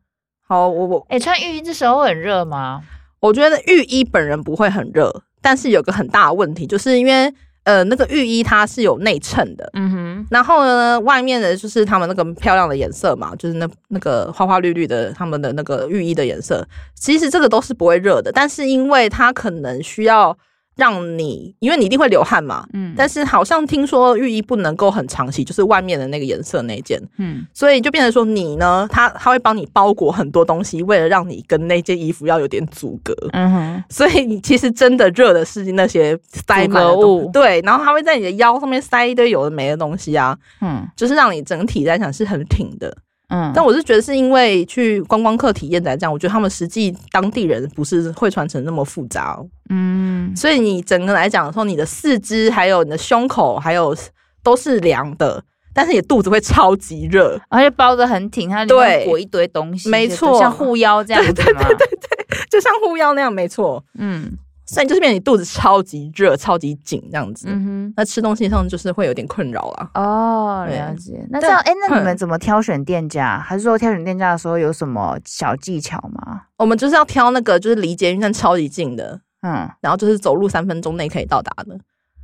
[SPEAKER 1] 好，我我
[SPEAKER 2] 哎，穿浴衣这时候会很热吗？
[SPEAKER 1] 我觉得浴衣本人不会很热，但是有个很大的问题，就是因为呃那个浴衣它是有内衬的，
[SPEAKER 2] 嗯哼，
[SPEAKER 1] 然后呢外面的就是他们那个漂亮的颜色嘛，就是那那个花花绿绿的他们的那个浴衣的颜色，其实这个都是不会热的，但是因为它可能需要。让你，因为你一定会流汗嘛。
[SPEAKER 2] 嗯，
[SPEAKER 1] 但是好像听说浴衣不能够很常洗，就是外面的那个颜色那一件，
[SPEAKER 2] 嗯，
[SPEAKER 1] 所以就变成说你呢，它它会帮你包裹很多东西，为了让你跟那件衣服要有点阻隔。
[SPEAKER 2] 嗯哼，
[SPEAKER 1] 所以你其实真的热的是那些塞满的
[SPEAKER 2] 阻隔
[SPEAKER 1] 东
[SPEAKER 2] 物
[SPEAKER 1] 对，然后它会在你的腰上面塞一堆有的没的东西啊，
[SPEAKER 2] 嗯
[SPEAKER 1] 就是让你整体来讲是很挺的。
[SPEAKER 2] 嗯，
[SPEAKER 1] 但我是觉得是因为去观光客体验来讲，我觉得他们实际当地人不是会穿成那么复杂、哦，
[SPEAKER 2] 嗯
[SPEAKER 1] 所以你整个来讲说，你的四肢还有你的胸口还有都是凉的，但是你的肚子会超级热，
[SPEAKER 2] 而且包的很挺，它里面
[SPEAKER 1] 对
[SPEAKER 2] 裹一堆东西，
[SPEAKER 1] 没
[SPEAKER 2] 就
[SPEAKER 1] 错
[SPEAKER 2] 像护 腰这样子嘛。对对对，
[SPEAKER 1] 就像护腰那样，没错。
[SPEAKER 2] 嗯
[SPEAKER 1] 所以就是变成你肚子超级热、超级紧这样子。
[SPEAKER 2] 嗯
[SPEAKER 1] 那吃东西上就是会有点困扰啦。
[SPEAKER 2] 哼，哦，
[SPEAKER 1] 对
[SPEAKER 2] 了解。那这
[SPEAKER 1] 但
[SPEAKER 2] 样，哎，那你们
[SPEAKER 1] 嗯
[SPEAKER 2] 怎么挑选店家？还是说挑选店家的时候有什么小技巧吗？
[SPEAKER 1] 我们就是要挑那个就是离捷运站超级近的，
[SPEAKER 2] 嗯，
[SPEAKER 1] 然后就是走路三分钟内可以到达的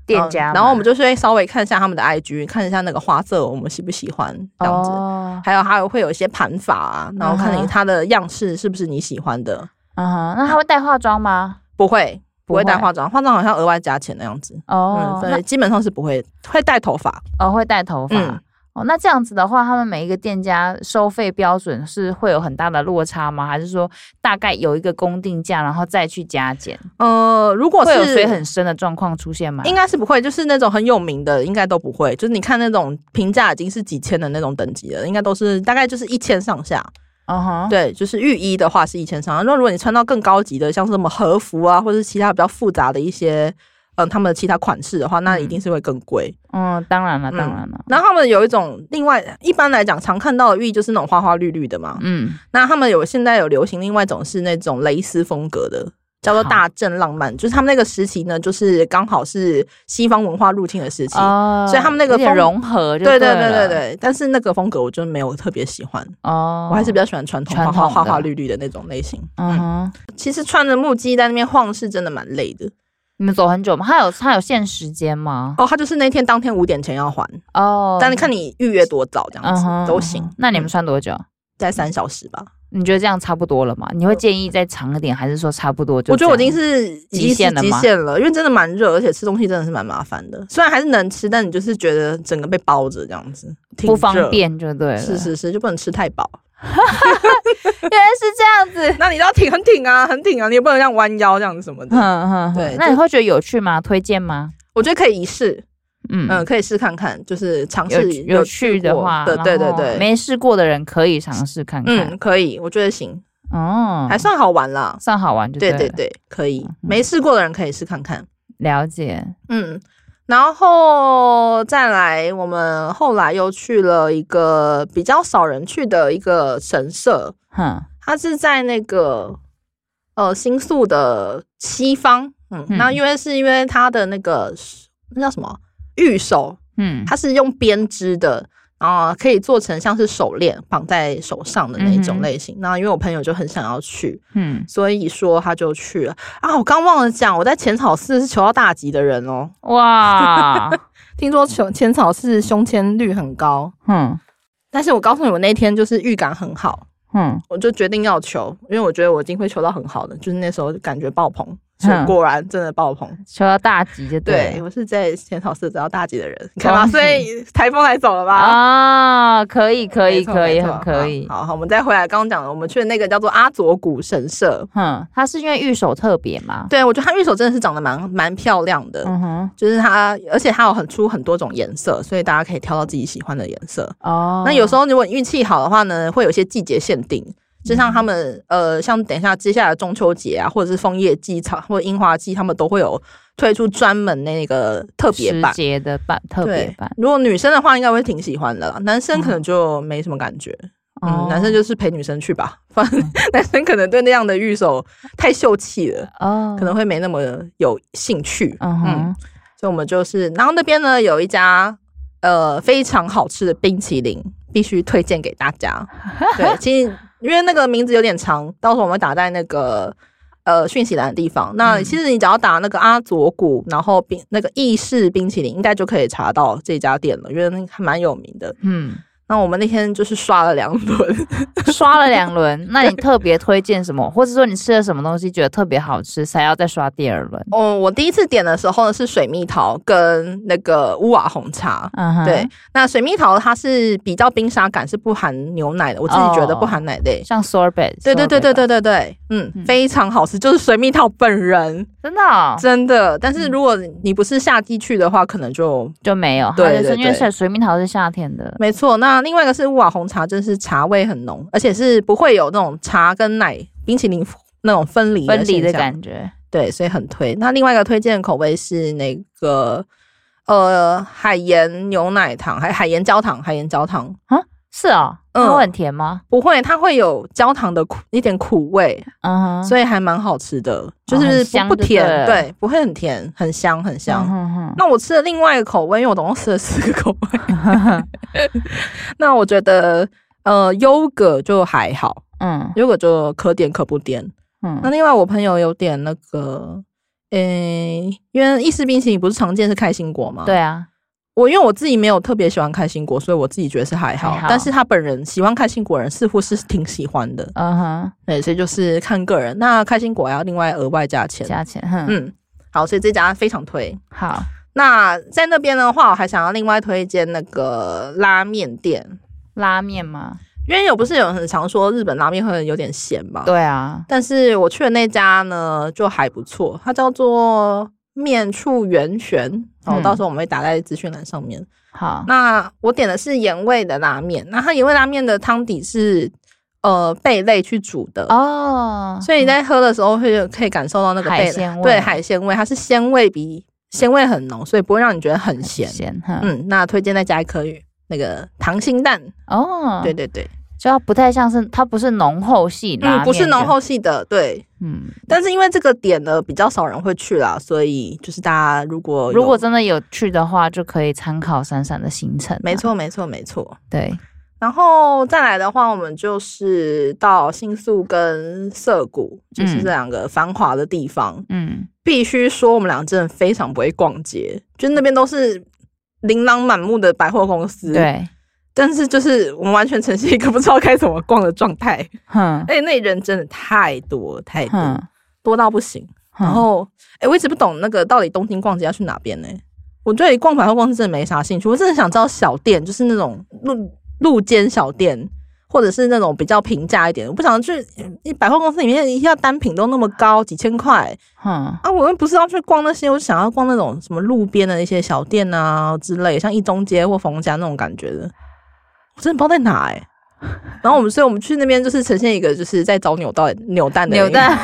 [SPEAKER 2] 店家嘛，
[SPEAKER 1] 嗯然后我们就是会稍微看一下他们的 IG，看一下那个花色我们喜不喜欢这样子。
[SPEAKER 2] 哦，
[SPEAKER 1] 还有还有会有一些盘法啊，然后看
[SPEAKER 2] 嗯
[SPEAKER 1] 你
[SPEAKER 2] 哼
[SPEAKER 1] 它的样式是不是你喜欢的。
[SPEAKER 2] 嗯哼，那他会带化妆吗？
[SPEAKER 1] 不会，不会带
[SPEAKER 2] 不会
[SPEAKER 1] 化妆，化妆好像额外加钱那样子。
[SPEAKER 2] 哦
[SPEAKER 1] 嗯，，
[SPEAKER 2] 那
[SPEAKER 1] 对，基本上是不会，会带头发。
[SPEAKER 2] 哦，会带头发。
[SPEAKER 1] 嗯
[SPEAKER 2] 哦，那这样子的话，他们每一个店家收费标准是会有很大的落差吗？还是说大概有一个公定价，然后再去加减，
[SPEAKER 1] 呃，如果
[SPEAKER 2] 会有水
[SPEAKER 1] 是
[SPEAKER 2] 很深的状况出现吗？
[SPEAKER 1] 应该是不会，就是那种很有名的，应该都不会。就是你看那种评价已经是几千的那种等级了，应该都是大概就是一千上下。
[SPEAKER 2] 嗯哼，
[SPEAKER 1] 对，就是浴衣的话是一千上下。那如果你穿到更高级的，像是什么和服啊，或者是其他比较复杂的一些，嗯，他们的其他款式的话，那一定是会更贵。
[SPEAKER 2] 嗯，当然了，
[SPEAKER 1] 嗯
[SPEAKER 2] 当然了，
[SPEAKER 1] 然后他们有一种另外，一般来讲常看到的浴衣就是那种花花绿绿的嘛，
[SPEAKER 2] 嗯，
[SPEAKER 1] 那他们有现在有流行另外一种是那种蕾丝风格的，叫做
[SPEAKER 2] 好
[SPEAKER 1] 大正浪漫，就是他们那个时期呢，就是刚好是西方文化入侵的时期。
[SPEAKER 2] 哦
[SPEAKER 1] 所以他们那个
[SPEAKER 2] 有点
[SPEAKER 1] 风
[SPEAKER 2] 融合就
[SPEAKER 1] 对对
[SPEAKER 2] 对
[SPEAKER 1] 对对
[SPEAKER 2] 了，
[SPEAKER 1] 对，但是那个风格我就没有特别喜欢，
[SPEAKER 2] 哦，
[SPEAKER 1] 我还是比较喜欢传统
[SPEAKER 2] 传
[SPEAKER 1] 花
[SPEAKER 2] 统
[SPEAKER 1] 花
[SPEAKER 2] 的
[SPEAKER 1] 花花绿绿的那种类型。
[SPEAKER 2] 嗯
[SPEAKER 1] 嗯，
[SPEAKER 2] 哼，
[SPEAKER 1] 其实穿着木屐在那边晃是真的蛮累的。
[SPEAKER 2] 你们走很久吗？他有他有限时间吗？
[SPEAKER 1] 哦，他就是那天当天五点前要还，
[SPEAKER 2] 哦，
[SPEAKER 1] 但是看你预约多早这样
[SPEAKER 2] 嗯
[SPEAKER 1] 子
[SPEAKER 2] 哼
[SPEAKER 1] 都行
[SPEAKER 2] 嗯哼。那你
[SPEAKER 1] 嗯
[SPEAKER 2] 们穿多久？
[SPEAKER 1] 在三小时吧？
[SPEAKER 2] 你觉得这样差不多了吗？你会建议再长一点，还是说差不多就这样？
[SPEAKER 1] 我觉得我已经是已经
[SPEAKER 2] 极
[SPEAKER 1] 是
[SPEAKER 2] 限了
[SPEAKER 1] 极
[SPEAKER 2] 吗
[SPEAKER 1] 限了，因为真的蛮热，而且吃东西真的是蛮麻烦的。虽然还是能吃，但你就是觉得整个被包着这样子，挺
[SPEAKER 2] 不方
[SPEAKER 1] 热。
[SPEAKER 2] 便就对了，
[SPEAKER 1] 是是是，就不能吃太饱。
[SPEAKER 2] 原来是这样子。
[SPEAKER 1] 那你都要挺很挺啊，很挺啊，你也不能像弯腰这样子什么的。
[SPEAKER 2] 嗯嗯，
[SPEAKER 1] 对
[SPEAKER 2] 嗯那
[SPEAKER 1] 就
[SPEAKER 2] 你会觉得有趣吗？推荐吗？
[SPEAKER 1] 我觉得可以一试，
[SPEAKER 2] 嗯
[SPEAKER 1] 嗯，可以试看看，就是尝
[SPEAKER 2] 有
[SPEAKER 1] 试
[SPEAKER 2] 有趣的话，
[SPEAKER 1] 对对
[SPEAKER 2] 然
[SPEAKER 1] 对
[SPEAKER 2] 后
[SPEAKER 1] 对，
[SPEAKER 2] 没试过的人可以尝试看看。
[SPEAKER 1] 嗯，可以，我觉得行，
[SPEAKER 2] 哦，
[SPEAKER 1] 还算好玩啦。
[SPEAKER 2] 算好玩就
[SPEAKER 1] 对
[SPEAKER 2] 了
[SPEAKER 1] 对对，可
[SPEAKER 2] 嗯
[SPEAKER 1] 以，没试过的人可以试看看。
[SPEAKER 2] 了解。
[SPEAKER 1] 嗯，然后再来，我们后来又去了一个比较少人去的一个神社，
[SPEAKER 2] 哼，
[SPEAKER 1] 它是在那个呃新宿的西方。嗯，
[SPEAKER 2] 嗯
[SPEAKER 1] 那因为是因为它的那个那叫什么玉手，
[SPEAKER 2] 嗯，
[SPEAKER 1] 它是用编织的。啊、可以做成像是手链绑在手上的那
[SPEAKER 2] 嗯
[SPEAKER 1] 种
[SPEAKER 2] 哼
[SPEAKER 1] 类型。那因为我朋友就很想要去，
[SPEAKER 2] 嗯，
[SPEAKER 1] 所以说他就去了啊。我刚忘了讲，我在浅草寺是求到大吉的人哦。
[SPEAKER 2] 哇，
[SPEAKER 1] 听说浅浅草寺胸签率很高，
[SPEAKER 2] 哼
[SPEAKER 1] 但是我告诉你，我那天就是预感很好，
[SPEAKER 2] 哼，
[SPEAKER 1] 我就决定要求，因为我觉得我一定会求到很好的，就是那时候感觉爆棚，
[SPEAKER 2] 嗯
[SPEAKER 1] 是果然真的爆棚。
[SPEAKER 2] 求到大吉就
[SPEAKER 1] 对
[SPEAKER 2] 了
[SPEAKER 1] 我是在浅草寺找到大吉的人，你看吧，
[SPEAKER 2] 恭喜
[SPEAKER 1] 所以台风来走了 吧？
[SPEAKER 2] 啊，可以可以
[SPEAKER 1] 没错
[SPEAKER 2] 可以，
[SPEAKER 1] 没错
[SPEAKER 2] 很可以。
[SPEAKER 1] 好，好好我们再回来，刚刚讲的，我们去的那个叫做阿佐谷神社，
[SPEAKER 2] 哼，它是因为玉手特别嘛？
[SPEAKER 1] 对我觉得它玉手真的是长得蛮蛮漂亮的。
[SPEAKER 2] 嗯哼，
[SPEAKER 1] 就是它，而且它有很出很多种颜色，所以大家可以挑到自己喜欢的颜色。
[SPEAKER 2] 哦，
[SPEAKER 1] 那有时候如果你运气好的话呢，会有一些季节限定，就像他们
[SPEAKER 2] 嗯
[SPEAKER 1] 呃，像等一下接下来中秋节啊，或者是枫叶季、草或者樱花季，他们都会有推出专门那个特别
[SPEAKER 2] 时
[SPEAKER 1] 版。
[SPEAKER 2] 节的版特别
[SPEAKER 1] 对
[SPEAKER 2] 版，，
[SPEAKER 1] 如果女生的话，应该会挺喜欢的啦。男生可能就没什么感觉，嗯，
[SPEAKER 2] 哦嗯
[SPEAKER 1] 男生就是陪女生去吧。 反正男生可能对那样的玉手太秀气了，
[SPEAKER 2] 哦，
[SPEAKER 1] 可能会没那么有兴趣。
[SPEAKER 2] 嗯哼，
[SPEAKER 1] 所以我们就是，然后那边呢有一家呃非常好吃的冰淇淋，必须推荐给大 家。对，其实因为那个名字有点长，到时候我们会打在那个呃讯息栏的地方。那
[SPEAKER 2] 嗯
[SPEAKER 1] 其实你只要打那个阿佐谷，然后冰那个意式冰淇淋，应该就可以查到这家店了，因为还蛮有名的。
[SPEAKER 2] 嗯
[SPEAKER 1] 那我们那天就是刷了两轮，
[SPEAKER 2] 刷了两 轮，那你特别推荐什么，或者说你吃了什么东西觉得特别好吃，才要再刷第二轮？
[SPEAKER 1] 哦，我第一次点的时候呢是水蜜桃跟那个乌瓦红茶。
[SPEAKER 2] 嗯哼，
[SPEAKER 1] 对，，那水蜜桃它是比较冰沙感，是不含牛奶的，我自己觉
[SPEAKER 2] 哦
[SPEAKER 1] 得不含奶类。
[SPEAKER 2] 像 sorbet，
[SPEAKER 1] 对对对
[SPEAKER 2] sorbet
[SPEAKER 1] 对对
[SPEAKER 2] 吧，
[SPEAKER 1] 对对，嗯，
[SPEAKER 2] 嗯
[SPEAKER 1] 非常好吃，就是水蜜桃本人
[SPEAKER 2] 真的哦
[SPEAKER 1] 真的。但是如果你不是夏季去的话，可能就
[SPEAKER 2] 就没有，
[SPEAKER 1] 对
[SPEAKER 2] 它就是
[SPEAKER 1] 对
[SPEAKER 2] 因为
[SPEAKER 1] 对
[SPEAKER 2] 水水蜜桃是夏天的，
[SPEAKER 1] 没错。那另外一个是乌瓦红茶，真是茶味很浓，而且是不会有那种茶跟奶冰淇淋那种分离
[SPEAKER 2] 分离的
[SPEAKER 1] 现象
[SPEAKER 2] 感觉。
[SPEAKER 1] 对，所以很推。那另外一个推荐的口味是那个呃海盐牛奶糖，还海盐焦糖，海盐焦糖
[SPEAKER 2] 是哦，
[SPEAKER 1] 嗯
[SPEAKER 2] 它会很甜吗？
[SPEAKER 1] 不会，它会有焦糖的苦一点苦味，
[SPEAKER 2] 嗯哼，
[SPEAKER 1] 所以还蛮好吃的，就
[SPEAKER 2] 哦很
[SPEAKER 1] 是不、
[SPEAKER 2] 香
[SPEAKER 1] 不
[SPEAKER 2] 就
[SPEAKER 1] 甜
[SPEAKER 2] 对了
[SPEAKER 1] 对，不会很甜，很香很香。
[SPEAKER 2] 嗯哼哼
[SPEAKER 1] 那我吃的另外一个口味，因为我总共吃了四个口味， 那我觉得呃优格就还好，
[SPEAKER 2] 嗯
[SPEAKER 1] 优格就可点可不点。那
[SPEAKER 2] 嗯，
[SPEAKER 1] 另外，我朋友有点那个，诶、因为意式冰淇淋不是常见是开心果吗？，
[SPEAKER 2] 对啊，
[SPEAKER 1] 我因为我自己没有特别喜欢开心果，所以我自己觉得是还好。
[SPEAKER 2] 还好
[SPEAKER 1] 但是他本人喜欢开心果的人似乎是挺喜欢的，
[SPEAKER 2] 嗯哼，
[SPEAKER 1] 对，所以就是看个人。那开心果要另外额外加钱。
[SPEAKER 2] 价钱，哼，
[SPEAKER 1] 嗯，好，所以这家非常推。
[SPEAKER 2] 好，
[SPEAKER 1] 那在那边的话，我还想要另外推荐那个拉面店，
[SPEAKER 2] 拉面吗？
[SPEAKER 1] 因为有不是有人很常说日本拉面会有点咸嘛？
[SPEAKER 2] 对啊，
[SPEAKER 1] 但是我去的那家呢就还不错，它叫做面处源泉，哦，
[SPEAKER 2] 嗯
[SPEAKER 1] 到时候我们会打在资讯栏上面。
[SPEAKER 2] 好，
[SPEAKER 1] 那我点的是盐味的拉面，那它盐味拉面的汤底是呃贝类去煮的。
[SPEAKER 2] 哦，
[SPEAKER 1] 所以你在喝的时候会有可以感受到那个贝
[SPEAKER 2] 海鲜味
[SPEAKER 1] 对海鲜味，它是鲜味比鲜味很浓，所以不会让你觉得很咸。
[SPEAKER 2] 咸，哼，
[SPEAKER 1] 嗯，那推荐再加一颗鱼那个溏心蛋，
[SPEAKER 2] 哦，
[SPEAKER 1] 对，对对，
[SPEAKER 2] 就它不太像是，它不是浓厚系拉面
[SPEAKER 1] 嗯，
[SPEAKER 2] 的，
[SPEAKER 1] 不是浓厚系的，对，
[SPEAKER 2] 嗯，
[SPEAKER 1] 但是因为这个点呢，比较少人会去啦，所以就是大家如果有
[SPEAKER 2] 如果真的有去的话，就可以参考闪闪的行程、啊
[SPEAKER 1] 没，错没错没错，
[SPEAKER 2] 对，
[SPEAKER 1] 然后再来的话，我们就是到新宿跟涩谷，就是这两个繁华的地方，
[SPEAKER 2] 嗯，
[SPEAKER 1] 必须说我们俩真的非常不会逛街，就那边都是琳琅满目的百货公司，，
[SPEAKER 2] 对，
[SPEAKER 1] 但是就是我们完全呈现一个不知道该怎么逛的状态，
[SPEAKER 2] 哼，
[SPEAKER 1] 而且那里人真的太多太多、
[SPEAKER 2] 哼，
[SPEAKER 1] 多到不行。
[SPEAKER 2] 哼
[SPEAKER 1] 然后，哎、我一直不懂那个到底东京逛街要去哪边呢、我对逛百货公司真的没啥兴趣，我真的想知道小店，就是那种路路间小店，或者是那种比较平价一点。我不想去一百货公司里面一下单品都那么高，几千块
[SPEAKER 2] 哼，
[SPEAKER 1] 啊！我又不是要去逛那些，我想要逛那种什么路边的一些小店啊之类，像一中街或逢家那种感觉的。我真的不知道在哪哎、然后我们，所以我们去那边就是呈现一个就是在找扭蛋扭蛋的
[SPEAKER 2] 扭蛋，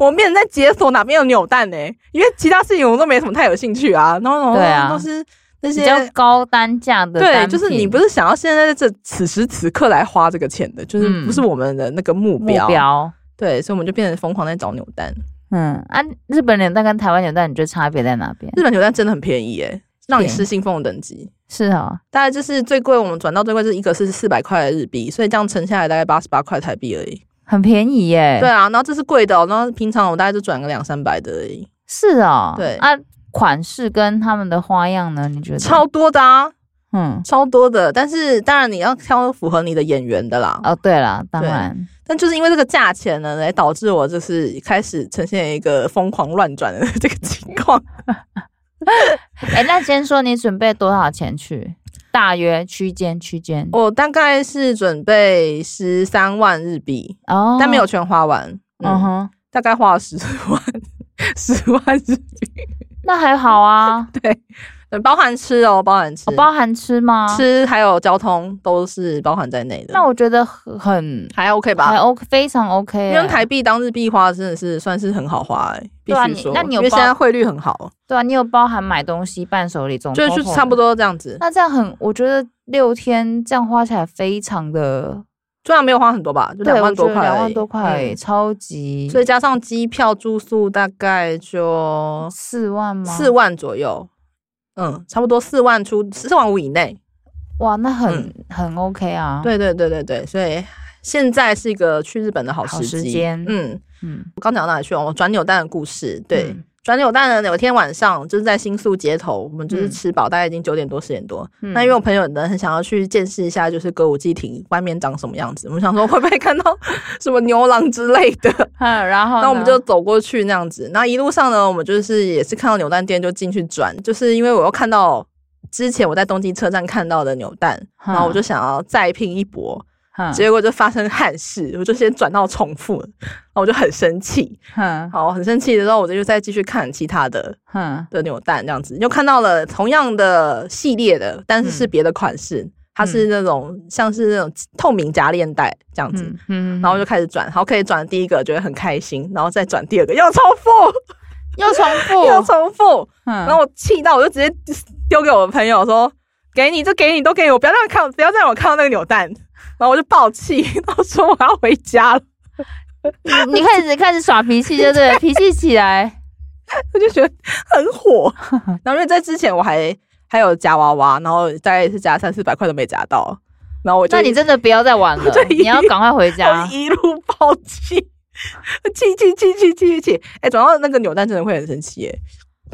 [SPEAKER 1] 我们变成在解锁哪边有扭蛋呢、因为其他事情我都没什么太有兴趣啊。然后
[SPEAKER 2] 对啊
[SPEAKER 1] 都是那
[SPEAKER 2] 比
[SPEAKER 1] 些
[SPEAKER 2] 较高单价的单
[SPEAKER 1] 对，
[SPEAKER 2] 品，
[SPEAKER 1] 就是你不是想要现在在这此时此刻来花这个钱的，就是
[SPEAKER 2] 嗯
[SPEAKER 1] 不是我们的那个目
[SPEAKER 2] 目
[SPEAKER 1] 标。
[SPEAKER 2] 标，
[SPEAKER 1] 对，所以我们就变成疯狂在找扭蛋。
[SPEAKER 2] 嗯啊，日本扭蛋跟台湾扭蛋，你觉得差别在哪边？
[SPEAKER 1] 日本扭蛋真的很便宜耶、让你
[SPEAKER 2] 便宜
[SPEAKER 1] 吃信奉的等级。
[SPEAKER 2] 是哦，
[SPEAKER 1] 大概就是最贵，我们转到最贵，就是一个是四百块日币，所以这样乘下来大概八十八块台币而已。
[SPEAKER 2] 很便宜耶，
[SPEAKER 1] 对，啊，然后这是贵的、哦，然后平常我大概就转个两三百的而已，
[SPEAKER 2] 是哦，
[SPEAKER 1] 对
[SPEAKER 2] 啊，款式跟他们的花样呢？你觉得？
[SPEAKER 1] 超多的啊。
[SPEAKER 2] 嗯，
[SPEAKER 1] 超多的，但是当然你要挑符合你的眼缘的啦。
[SPEAKER 2] 哦，对了，当
[SPEAKER 1] 对
[SPEAKER 2] 然，
[SPEAKER 1] 但就是因为这个价钱呢，来导致我就是开始呈现一个疯狂乱转的这个情况。
[SPEAKER 2] 嗯哎，那先说你准备多少钱去？大约区间区间
[SPEAKER 1] 我大概是准备十三万日币，
[SPEAKER 2] 哦，
[SPEAKER 1] 但没有，全花完，嗯，
[SPEAKER 2] 嗯哼，
[SPEAKER 1] 大概花了十万， 十万日币，
[SPEAKER 2] 那还好啊，
[SPEAKER 1] 对，包含吃哦，包含吃，
[SPEAKER 2] 哦包含吃吗？。
[SPEAKER 1] 吃还有交通都是包含在内的。
[SPEAKER 2] 那我觉得很很
[SPEAKER 1] 还 OK
[SPEAKER 2] 还
[SPEAKER 1] 吧？
[SPEAKER 2] OK，非常 OK 欸。
[SPEAKER 1] 因为台币当日币花真的是算是很好花、欸，必
[SPEAKER 2] 对啊
[SPEAKER 1] 须
[SPEAKER 2] 你
[SPEAKER 1] 说，
[SPEAKER 2] 那你有
[SPEAKER 1] 因为现
[SPEAKER 2] 包嗯
[SPEAKER 1] 在汇率很好。
[SPEAKER 2] 对啊，你有包含买东西、伴手礼，总
[SPEAKER 1] 就
[SPEAKER 2] 头
[SPEAKER 1] 是
[SPEAKER 2] 头
[SPEAKER 1] 差不
[SPEAKER 2] 的。
[SPEAKER 1] 多这样子，
[SPEAKER 2] 那这样很，我觉得六天这样花起来非常的，
[SPEAKER 1] 虽然没有花很多吧，就
[SPEAKER 2] 对
[SPEAKER 1] 两
[SPEAKER 2] 我
[SPEAKER 1] 万
[SPEAKER 2] 觉
[SPEAKER 1] 多
[SPEAKER 2] 得
[SPEAKER 1] 块而已，
[SPEAKER 2] 两万多块而已，
[SPEAKER 1] 嗯
[SPEAKER 2] 超级，
[SPEAKER 1] 所以加上机票、住宿，大概就
[SPEAKER 2] 四万吗？
[SPEAKER 1] 四万左右，嗯，差不多四万出，四万五以内。
[SPEAKER 2] 哇，那很、
[SPEAKER 1] 嗯
[SPEAKER 2] 很 OK 啊。，
[SPEAKER 1] 对对对对对，所以现在是一个去日本的好
[SPEAKER 2] 好
[SPEAKER 1] 时
[SPEAKER 2] 时
[SPEAKER 1] 机
[SPEAKER 2] 间
[SPEAKER 1] 嗯，
[SPEAKER 2] 嗯，
[SPEAKER 1] 我刚讲到哪里去了？我转扭蛋的故事，对。
[SPEAKER 2] 嗯
[SPEAKER 1] 转扭蛋呢，有一天晚上就是在新宿街头，我们就是吃饱，大概已经九点多十点多。
[SPEAKER 2] 嗯
[SPEAKER 1] 那因为我朋友呢很想要去见识一下，就是歌舞伎町外面长什么样子，我们想说会不会看到什么牛郎之类的，
[SPEAKER 2] 嗯，然后
[SPEAKER 1] 那我们就
[SPEAKER 2] 呢
[SPEAKER 1] 走过去那样子。那一路上呢，我们就是也是看到扭蛋店就进去转，就是因为我又看到之前我在东京车站看到的扭蛋，
[SPEAKER 2] 嗯
[SPEAKER 1] 然后我就想要再拼一搏，
[SPEAKER 2] 哼
[SPEAKER 1] 结果就发生憾事，我就先转到重复了，然后我就很生气。
[SPEAKER 2] 哼
[SPEAKER 1] 好，很生气的时候，我就再继续看其他的
[SPEAKER 2] 哼
[SPEAKER 1] 的扭蛋，这样子又看到了同样的系列的，但是是别的款式，它是那种像是那种透明夹链袋这样子。
[SPEAKER 2] 嗯嗯，
[SPEAKER 1] 然后就开始转，好，可以转第一个，觉得很开心，然后再转第二个，又重复，
[SPEAKER 2] 又 重
[SPEAKER 1] 又
[SPEAKER 2] 复，
[SPEAKER 1] 重复，
[SPEAKER 2] 然
[SPEAKER 1] 然后我气到，我就直接丢给我的朋友说：“给你，这给你，都给我，不要让我看，不要再让我看到那个扭蛋。”然后我就爆气， 然后说我要回家了。
[SPEAKER 2] 你开始开始耍脾气，就对了，脾气 起来，
[SPEAKER 1] 我就觉得很 火。然后因为在之前我还还有夹娃娃，然后大概也是夹三四百块都没夹到，然后我就
[SPEAKER 2] 那你真的不要再玩了
[SPEAKER 1] 我就，一
[SPEAKER 2] 你要赶快 回
[SPEAKER 1] 我
[SPEAKER 2] 家
[SPEAKER 1] 就。一路爆气， 气气气气气气，哎、转到那个扭蛋真的会很生气耶。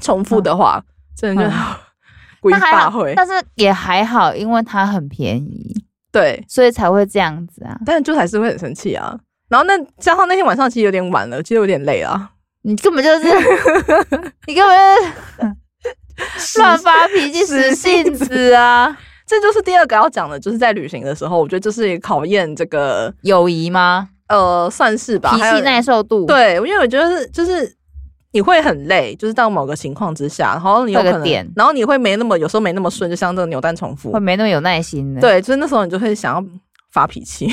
[SPEAKER 1] 重复的话，真的就
[SPEAKER 2] 嗯
[SPEAKER 1] 鬼
[SPEAKER 2] 那还
[SPEAKER 1] 发
[SPEAKER 2] 好
[SPEAKER 1] 挥，，
[SPEAKER 2] 但是也还好，因为它很便宜，
[SPEAKER 1] 对，
[SPEAKER 2] 所以才会这样子啊。
[SPEAKER 1] 但是就还是会很生气啊。然后那加上那天晚上其实有点晚了，其实有点累啊，
[SPEAKER 2] 你根本就是， 你根本就是乱发脾气、
[SPEAKER 1] 使
[SPEAKER 2] 使
[SPEAKER 1] 嗯性
[SPEAKER 2] 性
[SPEAKER 1] 子
[SPEAKER 2] 子啊！
[SPEAKER 1] 这就是第二个要讲的，就是在旅行的时候，我觉得这是考验这个
[SPEAKER 2] 友谊吗？
[SPEAKER 1] 呃，算是吧，
[SPEAKER 2] 脾
[SPEAKER 1] 还有
[SPEAKER 2] 气耐受度，，
[SPEAKER 1] 对，因为我觉得是就是你会很累，就是到某个情况之下，然后你有
[SPEAKER 2] 会有
[SPEAKER 1] 可能，
[SPEAKER 2] 点
[SPEAKER 1] 然后你会没那么有时候没那么顺，就像这个扭蛋重复
[SPEAKER 2] 会，没那么有耐心的。，
[SPEAKER 1] 对，就是那时候你就会想要发脾气，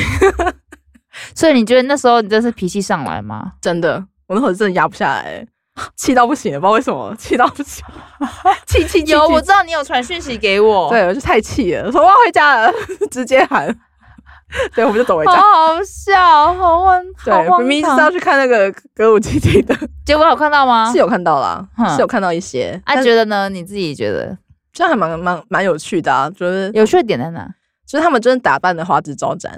[SPEAKER 2] 所以你觉得那时候你真是脾气上来吗？
[SPEAKER 1] 真的，我那会儿真的压不下来，气到不行了，不知道为什么气到不 行，气气气
[SPEAKER 2] 有，
[SPEAKER 1] 气
[SPEAKER 2] 我知道你有传讯息给我，，
[SPEAKER 1] 对，我就太气了，说我要回家了， 直接喊。对，我们就走回
[SPEAKER 2] 好
[SPEAKER 1] 家。
[SPEAKER 2] 好笑，好荒，哦好
[SPEAKER 1] 对，
[SPEAKER 2] 荒
[SPEAKER 1] 明明是要
[SPEAKER 2] 唐。
[SPEAKER 1] 去看那个歌舞伎町的，
[SPEAKER 2] 结果有看到吗
[SPEAKER 1] 是？有看到啦，
[SPEAKER 2] 哼
[SPEAKER 1] 是有看到一些，
[SPEAKER 2] 啊，
[SPEAKER 1] 但嗯
[SPEAKER 2] 觉得呢？你自己觉得
[SPEAKER 1] 这样还蛮蛮蛮有趣的啊，就是
[SPEAKER 2] 有趣的点在哪？
[SPEAKER 1] 就是他们真的打扮的花枝招展。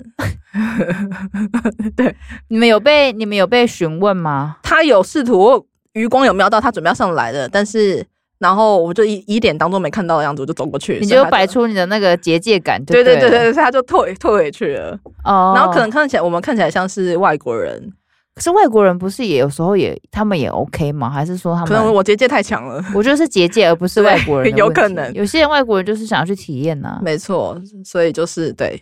[SPEAKER 2] 你们有被你们有被询问吗？
[SPEAKER 1] 他有试图我余光有瞄到他准备要上来的，但是然后我就一一点当做没看到的样子，我就走过去，
[SPEAKER 2] 你
[SPEAKER 1] 所以
[SPEAKER 2] 就
[SPEAKER 1] 他
[SPEAKER 2] 摆。出你的那个结界感就
[SPEAKER 1] 对对
[SPEAKER 2] 对
[SPEAKER 1] 对对
[SPEAKER 2] 了
[SPEAKER 1] 对，所以他就退退回去了。
[SPEAKER 2] 哦，
[SPEAKER 1] 然后可能看起来我们看起来像是外国人，
[SPEAKER 2] 可是外国人不是也有时候也他们也 OK 吗？还是说他们
[SPEAKER 1] 可能我结界太强了。
[SPEAKER 2] 我觉得是结界，而不是
[SPEAKER 1] 对
[SPEAKER 2] 外国人的问题。
[SPEAKER 1] 有可能
[SPEAKER 2] 有些人外国人就是想要去体验呐、
[SPEAKER 1] 没错，所以就是对，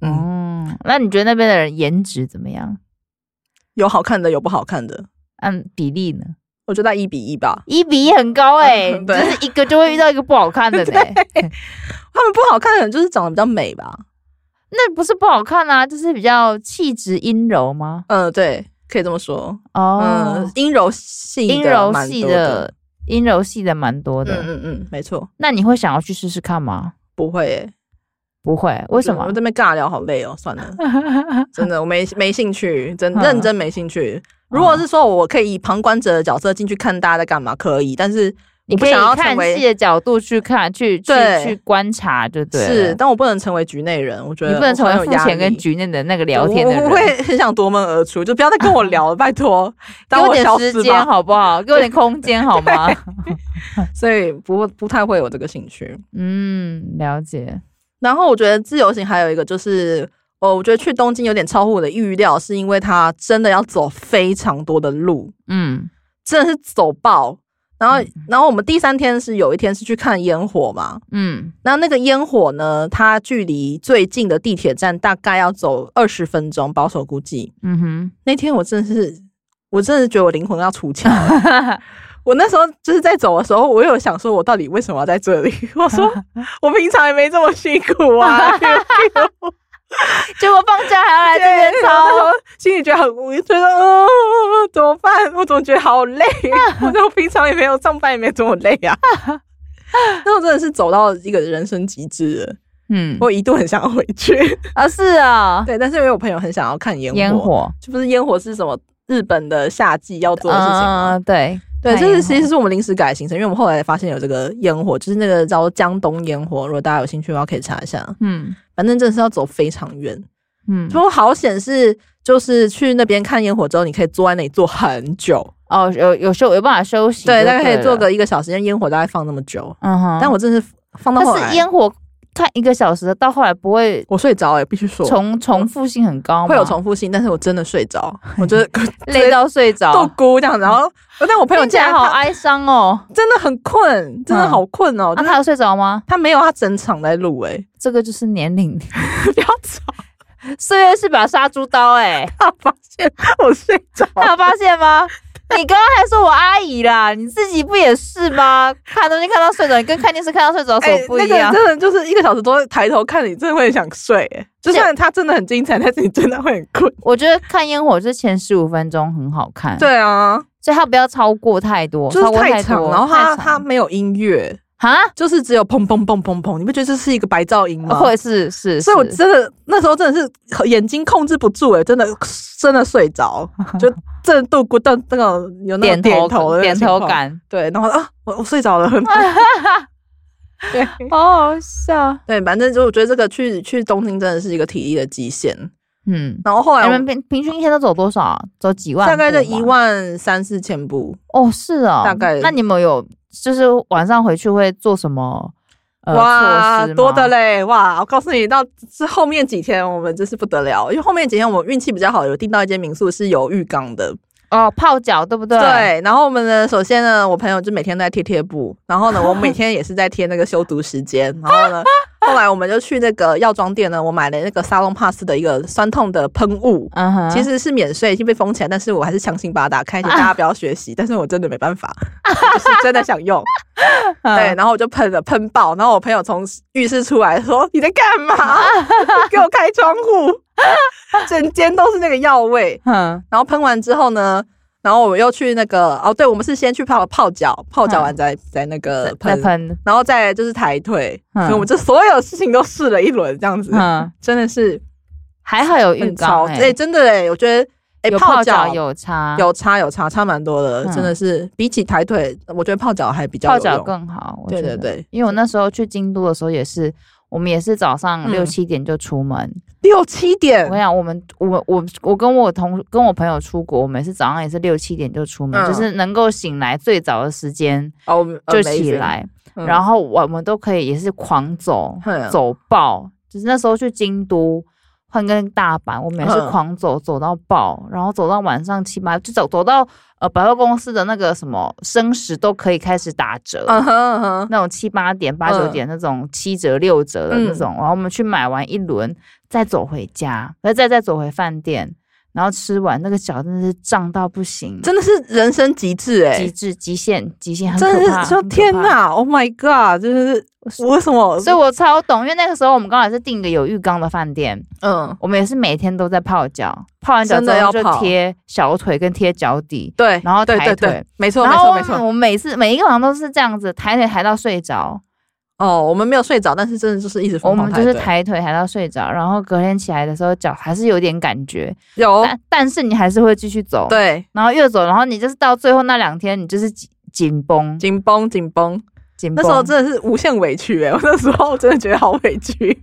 [SPEAKER 1] 嗯，
[SPEAKER 2] 嗯，那你觉得那边的人颜值怎么样？
[SPEAKER 1] 有好看的，有不好看的，
[SPEAKER 2] 按比例呢？
[SPEAKER 1] 我觉得一比一吧。
[SPEAKER 2] 一比一很高哎、
[SPEAKER 1] 嗯
[SPEAKER 2] 欸，
[SPEAKER 1] 对
[SPEAKER 2] 就是一个就会遇到一个不好 看的嘞、
[SPEAKER 1] 他们不好看的人就是长得比较美吧？
[SPEAKER 2] 那不是不好看啊，就是比较气质阴柔吗？
[SPEAKER 1] 嗯，对，可以这么说。嗯
[SPEAKER 2] 哦，，
[SPEAKER 1] 阴柔系的
[SPEAKER 2] 阴、柔
[SPEAKER 1] 蛮
[SPEAKER 2] 系
[SPEAKER 1] 多的，
[SPEAKER 2] 的，阴柔系的蛮多
[SPEAKER 1] 嗯
[SPEAKER 2] 的。
[SPEAKER 1] 嗯嗯，没错，
[SPEAKER 2] 那你会想要去试试看吗？
[SPEAKER 1] 不会耶、
[SPEAKER 2] 不会，为什么
[SPEAKER 1] 我？这边尬聊好累哦，算 了，真的，我没没兴趣，真
[SPEAKER 2] 嗯哦
[SPEAKER 1] 认真没兴趣。如果是说我可以以旁观者的角色进去看大家在干嘛，可以，但是我
[SPEAKER 2] 你
[SPEAKER 1] 不
[SPEAKER 2] 可以
[SPEAKER 1] 想要
[SPEAKER 2] 看
[SPEAKER 1] 成
[SPEAKER 2] 戏
[SPEAKER 1] 为
[SPEAKER 2] 的角度去看，去去
[SPEAKER 1] 对
[SPEAKER 2] 去观察，就对了。
[SPEAKER 1] 是，但我不能成为局内人，我觉得
[SPEAKER 2] 你不能
[SPEAKER 1] 我
[SPEAKER 2] 成
[SPEAKER 1] 很有
[SPEAKER 2] 为付
[SPEAKER 1] 压
[SPEAKER 2] 钱跟
[SPEAKER 1] 力
[SPEAKER 2] 局内的那个聊天的
[SPEAKER 1] 我
[SPEAKER 2] 人，
[SPEAKER 1] 我会很想夺门而出， 就不要再跟我聊了，拜托，
[SPEAKER 2] 给
[SPEAKER 1] 当
[SPEAKER 2] 我
[SPEAKER 1] 我
[SPEAKER 2] 点
[SPEAKER 1] 消失
[SPEAKER 2] 时间啊
[SPEAKER 1] 吧。
[SPEAKER 2] 好不好？给 我点空间好吗？
[SPEAKER 1] 所以不不太会有这个兴趣。
[SPEAKER 2] 嗯，了解。
[SPEAKER 1] 然后我觉得自由行还有一个就是，哦，我觉得去东京有点超乎我的预料，是因为它真的要走非常多的路，
[SPEAKER 2] 嗯，
[SPEAKER 1] 真的是走爆。然后
[SPEAKER 2] 嗯，
[SPEAKER 1] 然后我们第三天是有一天是去看烟火嘛，
[SPEAKER 2] 嗯，
[SPEAKER 1] 那那个烟火呢，它距离最近的地铁站大概要走二十分钟，保守估计。
[SPEAKER 2] 嗯 哼，
[SPEAKER 1] 那天我真的是，我真的觉得我灵魂要出窍了。我那时候就是在走的时候，我有想说，我到底为什么要在这里？ 我说，我平常也没这么辛苦啊。
[SPEAKER 2] 结果放假还要来这边
[SPEAKER 1] 对然后那时
[SPEAKER 2] 操
[SPEAKER 1] 候，心里觉得很无语，觉得嗯、呃、怎么办？我总觉得好累， 我就平常也没有上班，也没这么累啊。那我真的是走到一个人生极致了，
[SPEAKER 2] 嗯，
[SPEAKER 1] 我一度很想要回去，
[SPEAKER 2] 啊是啊，
[SPEAKER 1] 对，但是因为我朋友很想要看烟火，
[SPEAKER 2] 烟火，
[SPEAKER 1] 就不是烟火是什么日本的夏季要做的事情吗？
[SPEAKER 2] 嗯，对，
[SPEAKER 1] 对，
[SPEAKER 2] 看
[SPEAKER 1] 这是其
[SPEAKER 2] 烟
[SPEAKER 1] 实
[SPEAKER 2] 火
[SPEAKER 1] 是我们临时改的行程，因为我们后来发现有这个烟火，就是那个叫江东烟火。如果大家有兴趣的话，可以查一下。
[SPEAKER 2] 嗯
[SPEAKER 1] 反正真的是要走非常远，
[SPEAKER 2] 嗯
[SPEAKER 1] 不过好险是，就是去那边看烟火之后，你可以坐在那里坐很久，
[SPEAKER 2] 哦，有有休有办法休息就
[SPEAKER 1] 对，
[SPEAKER 2] 对，
[SPEAKER 1] 大概可以坐，个一个小时，因为烟火大概放那么久。
[SPEAKER 2] 嗯哼，
[SPEAKER 1] 但我真的是放到后
[SPEAKER 2] 但
[SPEAKER 1] 来
[SPEAKER 2] 是，烟火看一个小时的，到后来不会
[SPEAKER 1] 我睡着哎、必须说
[SPEAKER 2] 重重复性很高吗，
[SPEAKER 1] 会有重复性，但是我真的睡着，我 觉得
[SPEAKER 2] 累到睡
[SPEAKER 1] 豆
[SPEAKER 2] 着，
[SPEAKER 1] 姑这样子。然后，但我朋友
[SPEAKER 2] 听起
[SPEAKER 1] 竟
[SPEAKER 2] 来
[SPEAKER 1] 然
[SPEAKER 2] 好
[SPEAKER 1] 他
[SPEAKER 2] 哀伤哦。
[SPEAKER 1] 真的很困，真的好困哦，就
[SPEAKER 2] 那、啊、
[SPEAKER 1] 是
[SPEAKER 2] 他有睡着吗？
[SPEAKER 1] 他没有他整场在录哎、
[SPEAKER 2] 这个就是年龄，
[SPEAKER 1] 不要吵，
[SPEAKER 2] 岁月是把杀猪刀 哎、
[SPEAKER 1] 他发现我睡着了。
[SPEAKER 2] 他有发现吗？你刚刚还说我阿姨啦，你自己不也是吗？看东西看到睡着，你跟看电视看到睡着有什么不一
[SPEAKER 1] 哎那
[SPEAKER 2] 样？
[SPEAKER 1] 个真的就是一个小时多抬头看你，真的会想睡、欸。就算它真的很精彩，但是你真的会很 困。
[SPEAKER 2] 我觉得看烟火是前十五分钟很好看，，
[SPEAKER 1] 对啊，
[SPEAKER 2] 所以它不要超过太多，
[SPEAKER 1] 就
[SPEAKER 2] 超
[SPEAKER 1] 是
[SPEAKER 2] 过
[SPEAKER 1] 太
[SPEAKER 2] 太
[SPEAKER 1] 长，
[SPEAKER 2] 多
[SPEAKER 1] 然后它
[SPEAKER 2] 太
[SPEAKER 1] 它
[SPEAKER 2] 长
[SPEAKER 1] 没有音乐，
[SPEAKER 2] 哈，
[SPEAKER 1] 就是只有砰砰砰砰砰，你不觉得这是一个白噪音吗？
[SPEAKER 2] 或者是是，
[SPEAKER 1] 所以我
[SPEAKER 2] 是
[SPEAKER 1] 真的那时候真的是眼睛控制不住、欸，真的真的睡 着，就真的度过到那种有那种
[SPEAKER 2] 点
[SPEAKER 1] 点头的那种
[SPEAKER 2] 点
[SPEAKER 1] 情
[SPEAKER 2] 头
[SPEAKER 1] 况，
[SPEAKER 2] 感，
[SPEAKER 1] 对，然后啊，我我睡着了。 对
[SPEAKER 2] 好好笑。
[SPEAKER 1] 对，反正就我觉得这个去去东京真的是一个体力的极限。
[SPEAKER 2] 嗯，
[SPEAKER 1] 然后后来
[SPEAKER 2] 你
[SPEAKER 1] 哎我
[SPEAKER 2] 们平平均一天都走多少啊？走几万步
[SPEAKER 1] 大
[SPEAKER 2] 吗？
[SPEAKER 1] 概在一万三四千步，
[SPEAKER 2] 哦，是哦，
[SPEAKER 1] 大概
[SPEAKER 2] 那你们有就是晚上回去会做什么？呃、措
[SPEAKER 1] 哇，
[SPEAKER 2] 施吗
[SPEAKER 1] 多的嘞，哇！我告诉你，到这后面几天我们真是不得了，因为后面几天我们运气比较好，有订到一间民宿是有浴缸的，
[SPEAKER 2] 哦，泡脚对不对？，
[SPEAKER 1] 然后我们呢，首先呢，我朋友就每天都在贴贴布，然 后呢，我每天也是在贴那个修读时间，然后呢，后来我们就去那个药妆店呢，我买了那个沙龙 pass 的一个酸痛的喷雾。
[SPEAKER 2] 嗯哼，
[SPEAKER 1] 其实是免税，已经被封起来，但是我还是强行把它打开，请大家不要学 习。但是我真的没办法，我就是真的想用。
[SPEAKER 2] 嗯
[SPEAKER 1] 对，，然后我就喷了喷爆，然后我朋友从浴室出来说：“你在干嘛？ 给我开窗户！”整间都是那个药味。
[SPEAKER 2] 嗯，
[SPEAKER 1] 然后喷完之后呢，然后我又去那个哦，对，我们是先去泡泡脚，泡脚完再再那个
[SPEAKER 2] 嗯再
[SPEAKER 1] 喷，
[SPEAKER 2] 喷，
[SPEAKER 1] 然后再来就是抬腿，
[SPEAKER 2] 嗯
[SPEAKER 1] 所以我们这所有事情都试了一轮，这样子
[SPEAKER 2] 嗯，
[SPEAKER 1] 真的是
[SPEAKER 2] 还好有浴
[SPEAKER 1] 很
[SPEAKER 2] 缸、
[SPEAKER 1] 超
[SPEAKER 2] 欸，
[SPEAKER 1] 哎，真的哎，我觉得哎
[SPEAKER 2] 有
[SPEAKER 1] 泡
[SPEAKER 2] 泡
[SPEAKER 1] 脚
[SPEAKER 2] 脚有差，
[SPEAKER 1] 有差有差差蛮多的，
[SPEAKER 2] 嗯
[SPEAKER 1] 真的是比起抬腿，我觉得泡脚还比较
[SPEAKER 2] 泡
[SPEAKER 1] 有
[SPEAKER 2] 脚
[SPEAKER 1] 用
[SPEAKER 2] 更好，我
[SPEAKER 1] 对
[SPEAKER 2] 觉
[SPEAKER 1] 对
[SPEAKER 2] 得
[SPEAKER 1] 对
[SPEAKER 2] 因为我那时候去京都的时候也是。我们也是早上
[SPEAKER 1] 嗯
[SPEAKER 2] 六七点就出门。
[SPEAKER 1] 六七
[SPEAKER 2] 我
[SPEAKER 1] 点
[SPEAKER 2] 跟你，讲，我们我我我跟我同跟我朋友出国，我们也是早上也是六七点就出门，
[SPEAKER 1] 嗯
[SPEAKER 2] 就是能够醒来最早的时间
[SPEAKER 1] 哦
[SPEAKER 2] 就起，来。
[SPEAKER 1] amazing
[SPEAKER 2] 然后我们都可以也是狂走
[SPEAKER 1] 嗯，
[SPEAKER 2] 走爆，就是那时候去京都。换跟大阪，我们也是
[SPEAKER 1] 嗯
[SPEAKER 2] 狂走，走到爆，然后走到晚上七八，就走走到呃百货公司的那个什么生食都可以开始打折，
[SPEAKER 1] 嗯哼嗯哼，
[SPEAKER 2] 那种七八点、八九
[SPEAKER 1] 嗯
[SPEAKER 2] 点那种七折、六折的那种，然后我们去买完一轮，再走回家，再再再走回饭店，然后吃完那个脚真的是胀到不行，
[SPEAKER 1] 真的是人生极致哎
[SPEAKER 2] 极。致极限极限，很
[SPEAKER 1] 真
[SPEAKER 2] 可
[SPEAKER 1] 的
[SPEAKER 2] 怕
[SPEAKER 1] 是说
[SPEAKER 2] 很可
[SPEAKER 1] 天
[SPEAKER 2] 怕
[SPEAKER 1] 哪，Oh my God！就是我为什么？
[SPEAKER 2] 所以我超懂，因为那个时候我们刚好也是订一个有浴缸的饭店，
[SPEAKER 1] 嗯，
[SPEAKER 2] 我们也是每天都在泡脚，泡完脚
[SPEAKER 1] 真
[SPEAKER 2] 之
[SPEAKER 1] 的
[SPEAKER 2] 后
[SPEAKER 1] 要
[SPEAKER 2] 就
[SPEAKER 1] 泡
[SPEAKER 2] 贴小腿跟贴脚底，
[SPEAKER 1] 对，
[SPEAKER 2] 然后
[SPEAKER 1] 对
[SPEAKER 2] 抬
[SPEAKER 1] 对
[SPEAKER 2] 腿
[SPEAKER 1] 对，，没错没
[SPEAKER 2] 然后
[SPEAKER 1] 错
[SPEAKER 2] 我
[SPEAKER 1] 没
[SPEAKER 2] 们
[SPEAKER 1] 错。
[SPEAKER 2] 我们每次每一个晚上都是这样子，抬腿抬到睡着，
[SPEAKER 1] 哦，我们没有睡着，但是真的就是一直
[SPEAKER 2] 我
[SPEAKER 1] 疯狂
[SPEAKER 2] 们
[SPEAKER 1] 排
[SPEAKER 2] 就
[SPEAKER 1] 队
[SPEAKER 2] 是抬腿抬到睡着，然后隔天起来的时候脚还是有点感觉，
[SPEAKER 1] 有哦
[SPEAKER 2] 但但是你还是会继续走，，
[SPEAKER 1] 对
[SPEAKER 2] 然后越走，然后你就是到最后那两天，你就是紧紧绷，
[SPEAKER 1] 紧绷紧绷，
[SPEAKER 2] 紧
[SPEAKER 1] 那
[SPEAKER 2] 绷。
[SPEAKER 1] 时候真的是无限委屈哎，我那时候真的觉得好委屈，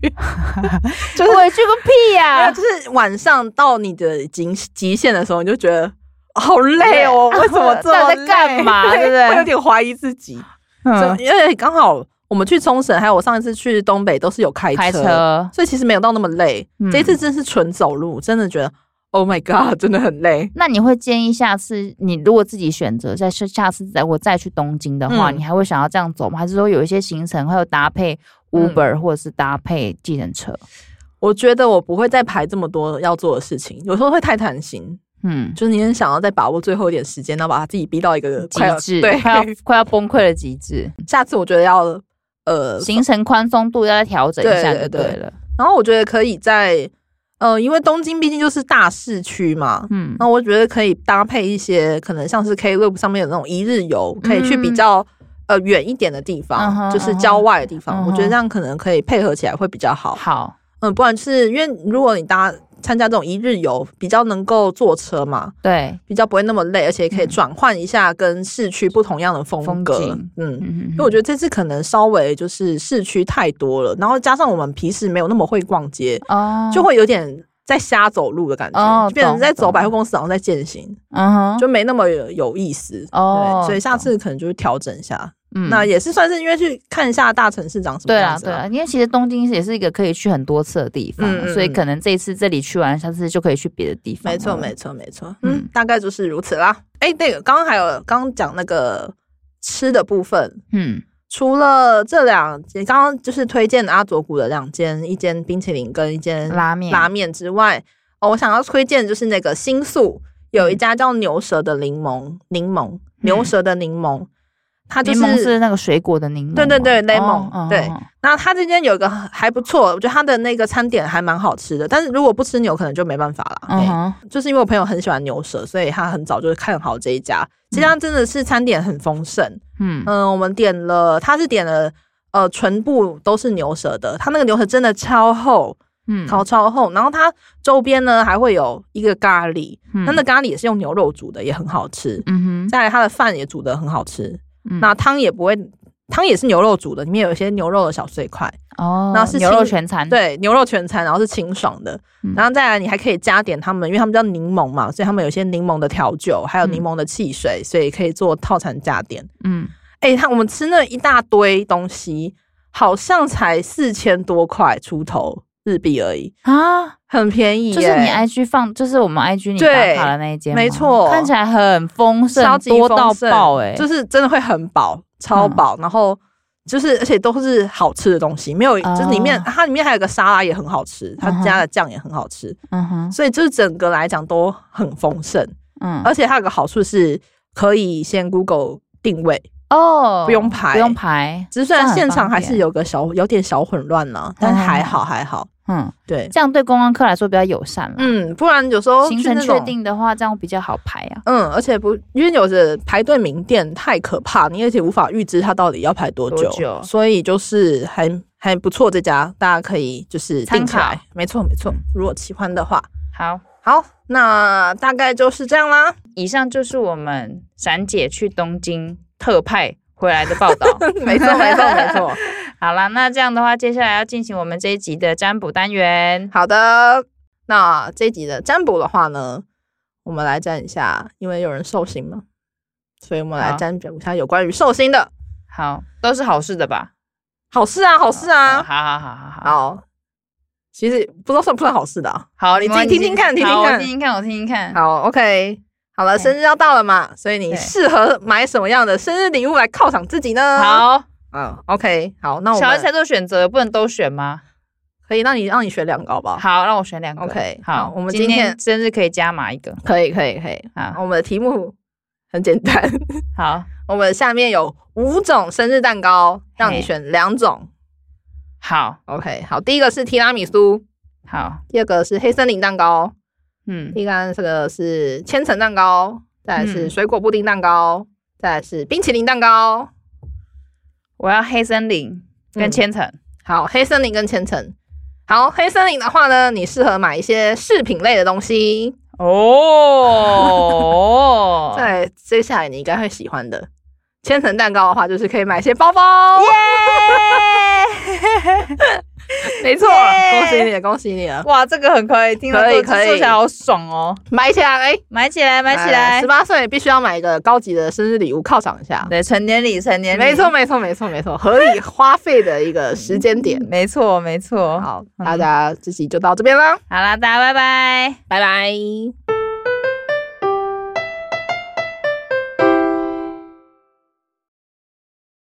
[SPEAKER 1] 就是
[SPEAKER 2] 委屈个 屁呀、
[SPEAKER 1] 啊，就是晚上到你的极极限的时候，你就觉得。好累
[SPEAKER 2] 对
[SPEAKER 1] 哦！为什么这么
[SPEAKER 2] 啊到
[SPEAKER 1] 累
[SPEAKER 2] 底在干嘛对不 对
[SPEAKER 1] 会有点怀疑自己，
[SPEAKER 2] 嗯，
[SPEAKER 1] 因为刚好我们去冲绳，还有我上一次去东北都是有开
[SPEAKER 2] 开车，
[SPEAKER 1] 所以其实没有到那么累。
[SPEAKER 2] 嗯
[SPEAKER 1] 这一次真是纯走路，真的觉得 Oh my God，真的很累。
[SPEAKER 2] 那你会建议下次你如果自己选择再是下次再我再去东京的话，
[SPEAKER 1] 嗯
[SPEAKER 2] 你还会想要这样走吗？还是说有一些行程会有搭配
[SPEAKER 1] 嗯
[SPEAKER 2] Uber、或者是搭配计程车？
[SPEAKER 1] 我觉得我不会再排这么多要做的事情，有时候会太贪心，
[SPEAKER 2] 嗯，
[SPEAKER 1] 就是你很想要再把握最后一点时间，然后把自己逼到一个
[SPEAKER 2] 极
[SPEAKER 1] 快要
[SPEAKER 2] 致，
[SPEAKER 1] 对，
[SPEAKER 2] 快要快要崩溃的极致，
[SPEAKER 1] 下次我觉得要呃，
[SPEAKER 2] 行程宽松度要再调整一下
[SPEAKER 1] 对
[SPEAKER 2] 就
[SPEAKER 1] 对
[SPEAKER 2] 对
[SPEAKER 1] 对
[SPEAKER 2] 了。
[SPEAKER 1] 然后我觉得可以在呃，因为东京毕竟就是大市区嘛。
[SPEAKER 2] 嗯
[SPEAKER 1] 那我觉得可以搭配一些，可能像是 K Web 上面有那种一日游，可以去比
[SPEAKER 2] 嗯
[SPEAKER 1] 较、呃远一点的地
[SPEAKER 2] 嗯
[SPEAKER 1] 方
[SPEAKER 2] 哼
[SPEAKER 1] 就是
[SPEAKER 2] 嗯哼
[SPEAKER 1] 郊外的地方。
[SPEAKER 2] 嗯
[SPEAKER 1] 我觉得
[SPEAKER 2] 哼
[SPEAKER 1] 这样可能可以配合起来会比较好。
[SPEAKER 2] 好，
[SPEAKER 1] 嗯，不然是因为如果你搭参加这种一日游，比较能够坐车嘛，
[SPEAKER 2] 对，
[SPEAKER 1] 比较不会那么累，而且可以转换一下跟市区不同样的风
[SPEAKER 2] 嗯风
[SPEAKER 1] 格。
[SPEAKER 2] 景
[SPEAKER 1] 嗯，
[SPEAKER 2] 嗯
[SPEAKER 1] 因为我觉得这次可能稍微就是市区太多了，然后加上我们平时没有那么会逛街，
[SPEAKER 2] 哦，
[SPEAKER 1] 就会有点在瞎走路的感觉，
[SPEAKER 2] 哦
[SPEAKER 1] 就变成
[SPEAKER 2] 懂
[SPEAKER 1] 在走
[SPEAKER 2] 懂
[SPEAKER 1] 百货公司，好像在践行，
[SPEAKER 2] 嗯哼，
[SPEAKER 1] 就没那么有有意思。
[SPEAKER 2] 哦
[SPEAKER 1] 对，所以下次可能就是调整一下。
[SPEAKER 2] 嗯
[SPEAKER 1] 那也是算是因为去看一下大城市长什么
[SPEAKER 2] 对
[SPEAKER 1] 样
[SPEAKER 2] 啦，
[SPEAKER 1] 子、啊
[SPEAKER 2] 对啊啦，因为其实东京也是一个可以去很多次的地方，啊
[SPEAKER 1] 嗯嗯
[SPEAKER 2] 所以
[SPEAKER 1] 嗯
[SPEAKER 2] 可能这一次这里去完，下次就可以去别的地方了。
[SPEAKER 1] 没错，没错，没错。
[SPEAKER 2] 嗯
[SPEAKER 1] 嗯，大概就是如此啦。哎、对，刚刚还有刚刚讲那个吃的部分，
[SPEAKER 2] 嗯，
[SPEAKER 1] 除了这两间，刚刚就是推荐阿佐谷的两间，一间冰淇淋跟一间
[SPEAKER 2] 拉面，
[SPEAKER 1] 嗯拉面之外，哦，我想要推荐就是那个新宿有
[SPEAKER 2] 嗯
[SPEAKER 1] 一家叫牛舌的柠檬，柠檬牛舌的柠檬，它就
[SPEAKER 2] 柠檬
[SPEAKER 1] 是
[SPEAKER 2] 是那个水果的柠檬吗，
[SPEAKER 1] 对对对
[SPEAKER 2] 哦
[SPEAKER 1] ，lemon，
[SPEAKER 2] 哦
[SPEAKER 1] 对
[SPEAKER 2] 哦
[SPEAKER 1] 那它这间有一个还不错，我觉得它的那个餐点还蛮好吃的，但是如果不吃牛可能就没办法啦。
[SPEAKER 2] 嗯
[SPEAKER 1] 嘿
[SPEAKER 2] 哼，
[SPEAKER 1] 就是因为我朋友很喜欢牛舌，所以他很早就看好这一家。这家真的是餐点很丰盛，
[SPEAKER 2] 嗯，
[SPEAKER 1] 嗯，我们点了，他是点了呃全部都是牛舌的，他那个牛舌真的超厚，
[SPEAKER 2] 嗯
[SPEAKER 1] 烤超厚，然后它周边呢还会有一个咖喱，
[SPEAKER 2] 嗯
[SPEAKER 1] 那那咖喱也是用牛肉煮的，也很好吃。
[SPEAKER 2] 嗯
[SPEAKER 1] 再来，它的饭也煮的很好吃，
[SPEAKER 2] 哼，
[SPEAKER 1] 那汤也不会，汤也是牛肉煮的，里面有一些牛肉的小碎块，
[SPEAKER 2] 嗯哦，
[SPEAKER 1] 那是
[SPEAKER 2] 牛肉
[SPEAKER 1] 清
[SPEAKER 2] 全餐，，
[SPEAKER 1] 对，牛肉全餐，然后是清爽的，
[SPEAKER 2] 嗯
[SPEAKER 1] 然后再来你还可以加点他们，因为他们叫柠檬嘛，所以他们有一些柠檬的调酒，还有柠檬的汽水，所以可以做套餐加点。
[SPEAKER 2] 嗯，
[SPEAKER 1] 哎、他我们吃那一大堆东西，好像才四千多块出头日币而已，
[SPEAKER 2] 啊，
[SPEAKER 1] 很便宜、耶
[SPEAKER 2] 就是你 IG 放，就是我们 IG 你打
[SPEAKER 1] 对
[SPEAKER 2] 卡的那一间吗，
[SPEAKER 1] 没错
[SPEAKER 2] 看起来很丰
[SPEAKER 1] 超
[SPEAKER 2] 盛，
[SPEAKER 1] 级
[SPEAKER 2] 多到
[SPEAKER 1] 丰盛
[SPEAKER 2] 爆，哎，
[SPEAKER 1] 就是真的会很饱，超
[SPEAKER 2] 嗯
[SPEAKER 1] 饱，然后。就是，而且都是好吃的东西，没有，就是里面、
[SPEAKER 2] 哦
[SPEAKER 1] 它里面还有个沙拉也很好吃，它
[SPEAKER 2] 嗯哼
[SPEAKER 1] 加的酱也很好吃，
[SPEAKER 2] 嗯哼，
[SPEAKER 1] 所以就是整个来讲都很丰盛。
[SPEAKER 2] 嗯，
[SPEAKER 1] 而且它有个好处是可以先 Google 定位，
[SPEAKER 2] 哦，
[SPEAKER 1] 不用排
[SPEAKER 2] 不用排，
[SPEAKER 1] 只是虽然
[SPEAKER 2] 这样很
[SPEAKER 1] 现场
[SPEAKER 2] 方
[SPEAKER 1] 还
[SPEAKER 2] 便
[SPEAKER 1] 是有个小有点小混乱啦，但还好还好。
[SPEAKER 2] 嗯，
[SPEAKER 1] 对，
[SPEAKER 2] 这样对观光客来说比较友善了。
[SPEAKER 1] 嗯，不然有时候
[SPEAKER 2] 行
[SPEAKER 1] 去
[SPEAKER 2] 程
[SPEAKER 1] 那
[SPEAKER 2] 确
[SPEAKER 1] 种，
[SPEAKER 2] 定的话，这样比较好排啊。
[SPEAKER 1] 嗯，而且不因为有的排队名店太可怕，你而且无法预知它到底要排多久，
[SPEAKER 2] 多久
[SPEAKER 1] 所以就是还还不错这家，大家可以就是定起
[SPEAKER 2] 参
[SPEAKER 1] 来，没错没错
[SPEAKER 2] 嗯。
[SPEAKER 1] 如果喜欢的话，
[SPEAKER 2] 好，
[SPEAKER 1] 好，那大概就是这样啦。
[SPEAKER 2] 以上就是我们闪姐去东京特派回来的报 道。
[SPEAKER 1] 没错没错没错。
[SPEAKER 2] 好啦，那这样的话，接下来要进行我们这一集的占卜单元。
[SPEAKER 1] 好的，那这一集的占卜的话呢，我们来占一下，因为有人寿星嘛，所以我们来
[SPEAKER 2] 好
[SPEAKER 1] 占卜一下有关于寿星的
[SPEAKER 2] 好，都是好事的吧？
[SPEAKER 1] 好事啊，好事
[SPEAKER 2] 哦
[SPEAKER 1] 啊，
[SPEAKER 2] 好好好好好，
[SPEAKER 1] 好，其实不知道算不算好事的、啊。
[SPEAKER 2] 好，
[SPEAKER 1] 你
[SPEAKER 2] 没关
[SPEAKER 1] 自己
[SPEAKER 2] 系
[SPEAKER 1] 听听看听听
[SPEAKER 2] 好我
[SPEAKER 1] 看
[SPEAKER 2] 听听看，我听听看。
[SPEAKER 1] 好，OK，好了，
[SPEAKER 2] 对
[SPEAKER 1] 生日要到了嘛，所以你
[SPEAKER 2] 对
[SPEAKER 1] 适合买什么样的生日礼物来犒赏自己呢？，
[SPEAKER 2] 好，
[SPEAKER 1] 嗯，OK，好，那我
[SPEAKER 2] 小孩才
[SPEAKER 1] 们
[SPEAKER 2] 做选择，不能都选吗？
[SPEAKER 1] 可以让你让你选两个好不好？
[SPEAKER 2] 好，让我选两个。
[SPEAKER 1] OK，
[SPEAKER 2] 好
[SPEAKER 1] 好，我们
[SPEAKER 2] 今
[SPEAKER 1] 今
[SPEAKER 2] 天
[SPEAKER 1] 天
[SPEAKER 2] 生日可以加码一个。啊
[SPEAKER 1] 可以，可以，可以。
[SPEAKER 2] 好，
[SPEAKER 1] 我们的题目很简单，
[SPEAKER 2] 好，
[SPEAKER 1] 我们下面有五种生日蛋糕，让你选两种。
[SPEAKER 2] 好，
[SPEAKER 1] OK，好，第一个是提拉米苏，
[SPEAKER 2] 好，
[SPEAKER 1] 第二个是黑森林蛋糕，
[SPEAKER 2] 嗯，
[SPEAKER 1] 第三个是千层蛋糕，再来是
[SPEAKER 2] 嗯
[SPEAKER 1] 水果布丁蛋糕，再来是冰淇淋蛋糕。
[SPEAKER 2] 我要黑森林跟
[SPEAKER 1] 嗯
[SPEAKER 2] 千层。
[SPEAKER 1] 好，黑森林跟千层。好，黑森林的话呢，你适合买一些饰品类的东西。，
[SPEAKER 2] 哦
[SPEAKER 1] 在接下来你应该会喜欢的。千层蛋糕的话，就是可以买一些包包。没错，
[SPEAKER 2] 耶
[SPEAKER 1] 恭喜你了，恭喜你了，
[SPEAKER 2] 哇，这个很可以，听了
[SPEAKER 1] 可以
[SPEAKER 2] 做
[SPEAKER 1] 可以
[SPEAKER 2] 做起来好爽哦，
[SPEAKER 1] 买起来！哎
[SPEAKER 2] 买起来，买起来
[SPEAKER 1] 十，八岁必须要买一个高级的生日礼物犒赏一下。
[SPEAKER 2] 对，成年礼，成年礼，
[SPEAKER 1] 没错，没错，没错，没错，合理花费的一个时间点。
[SPEAKER 2] 嗯没错，没错。嗯
[SPEAKER 1] 好，大家这集就到这边啦，
[SPEAKER 2] 好啦，大家拜拜。
[SPEAKER 1] 拜拜。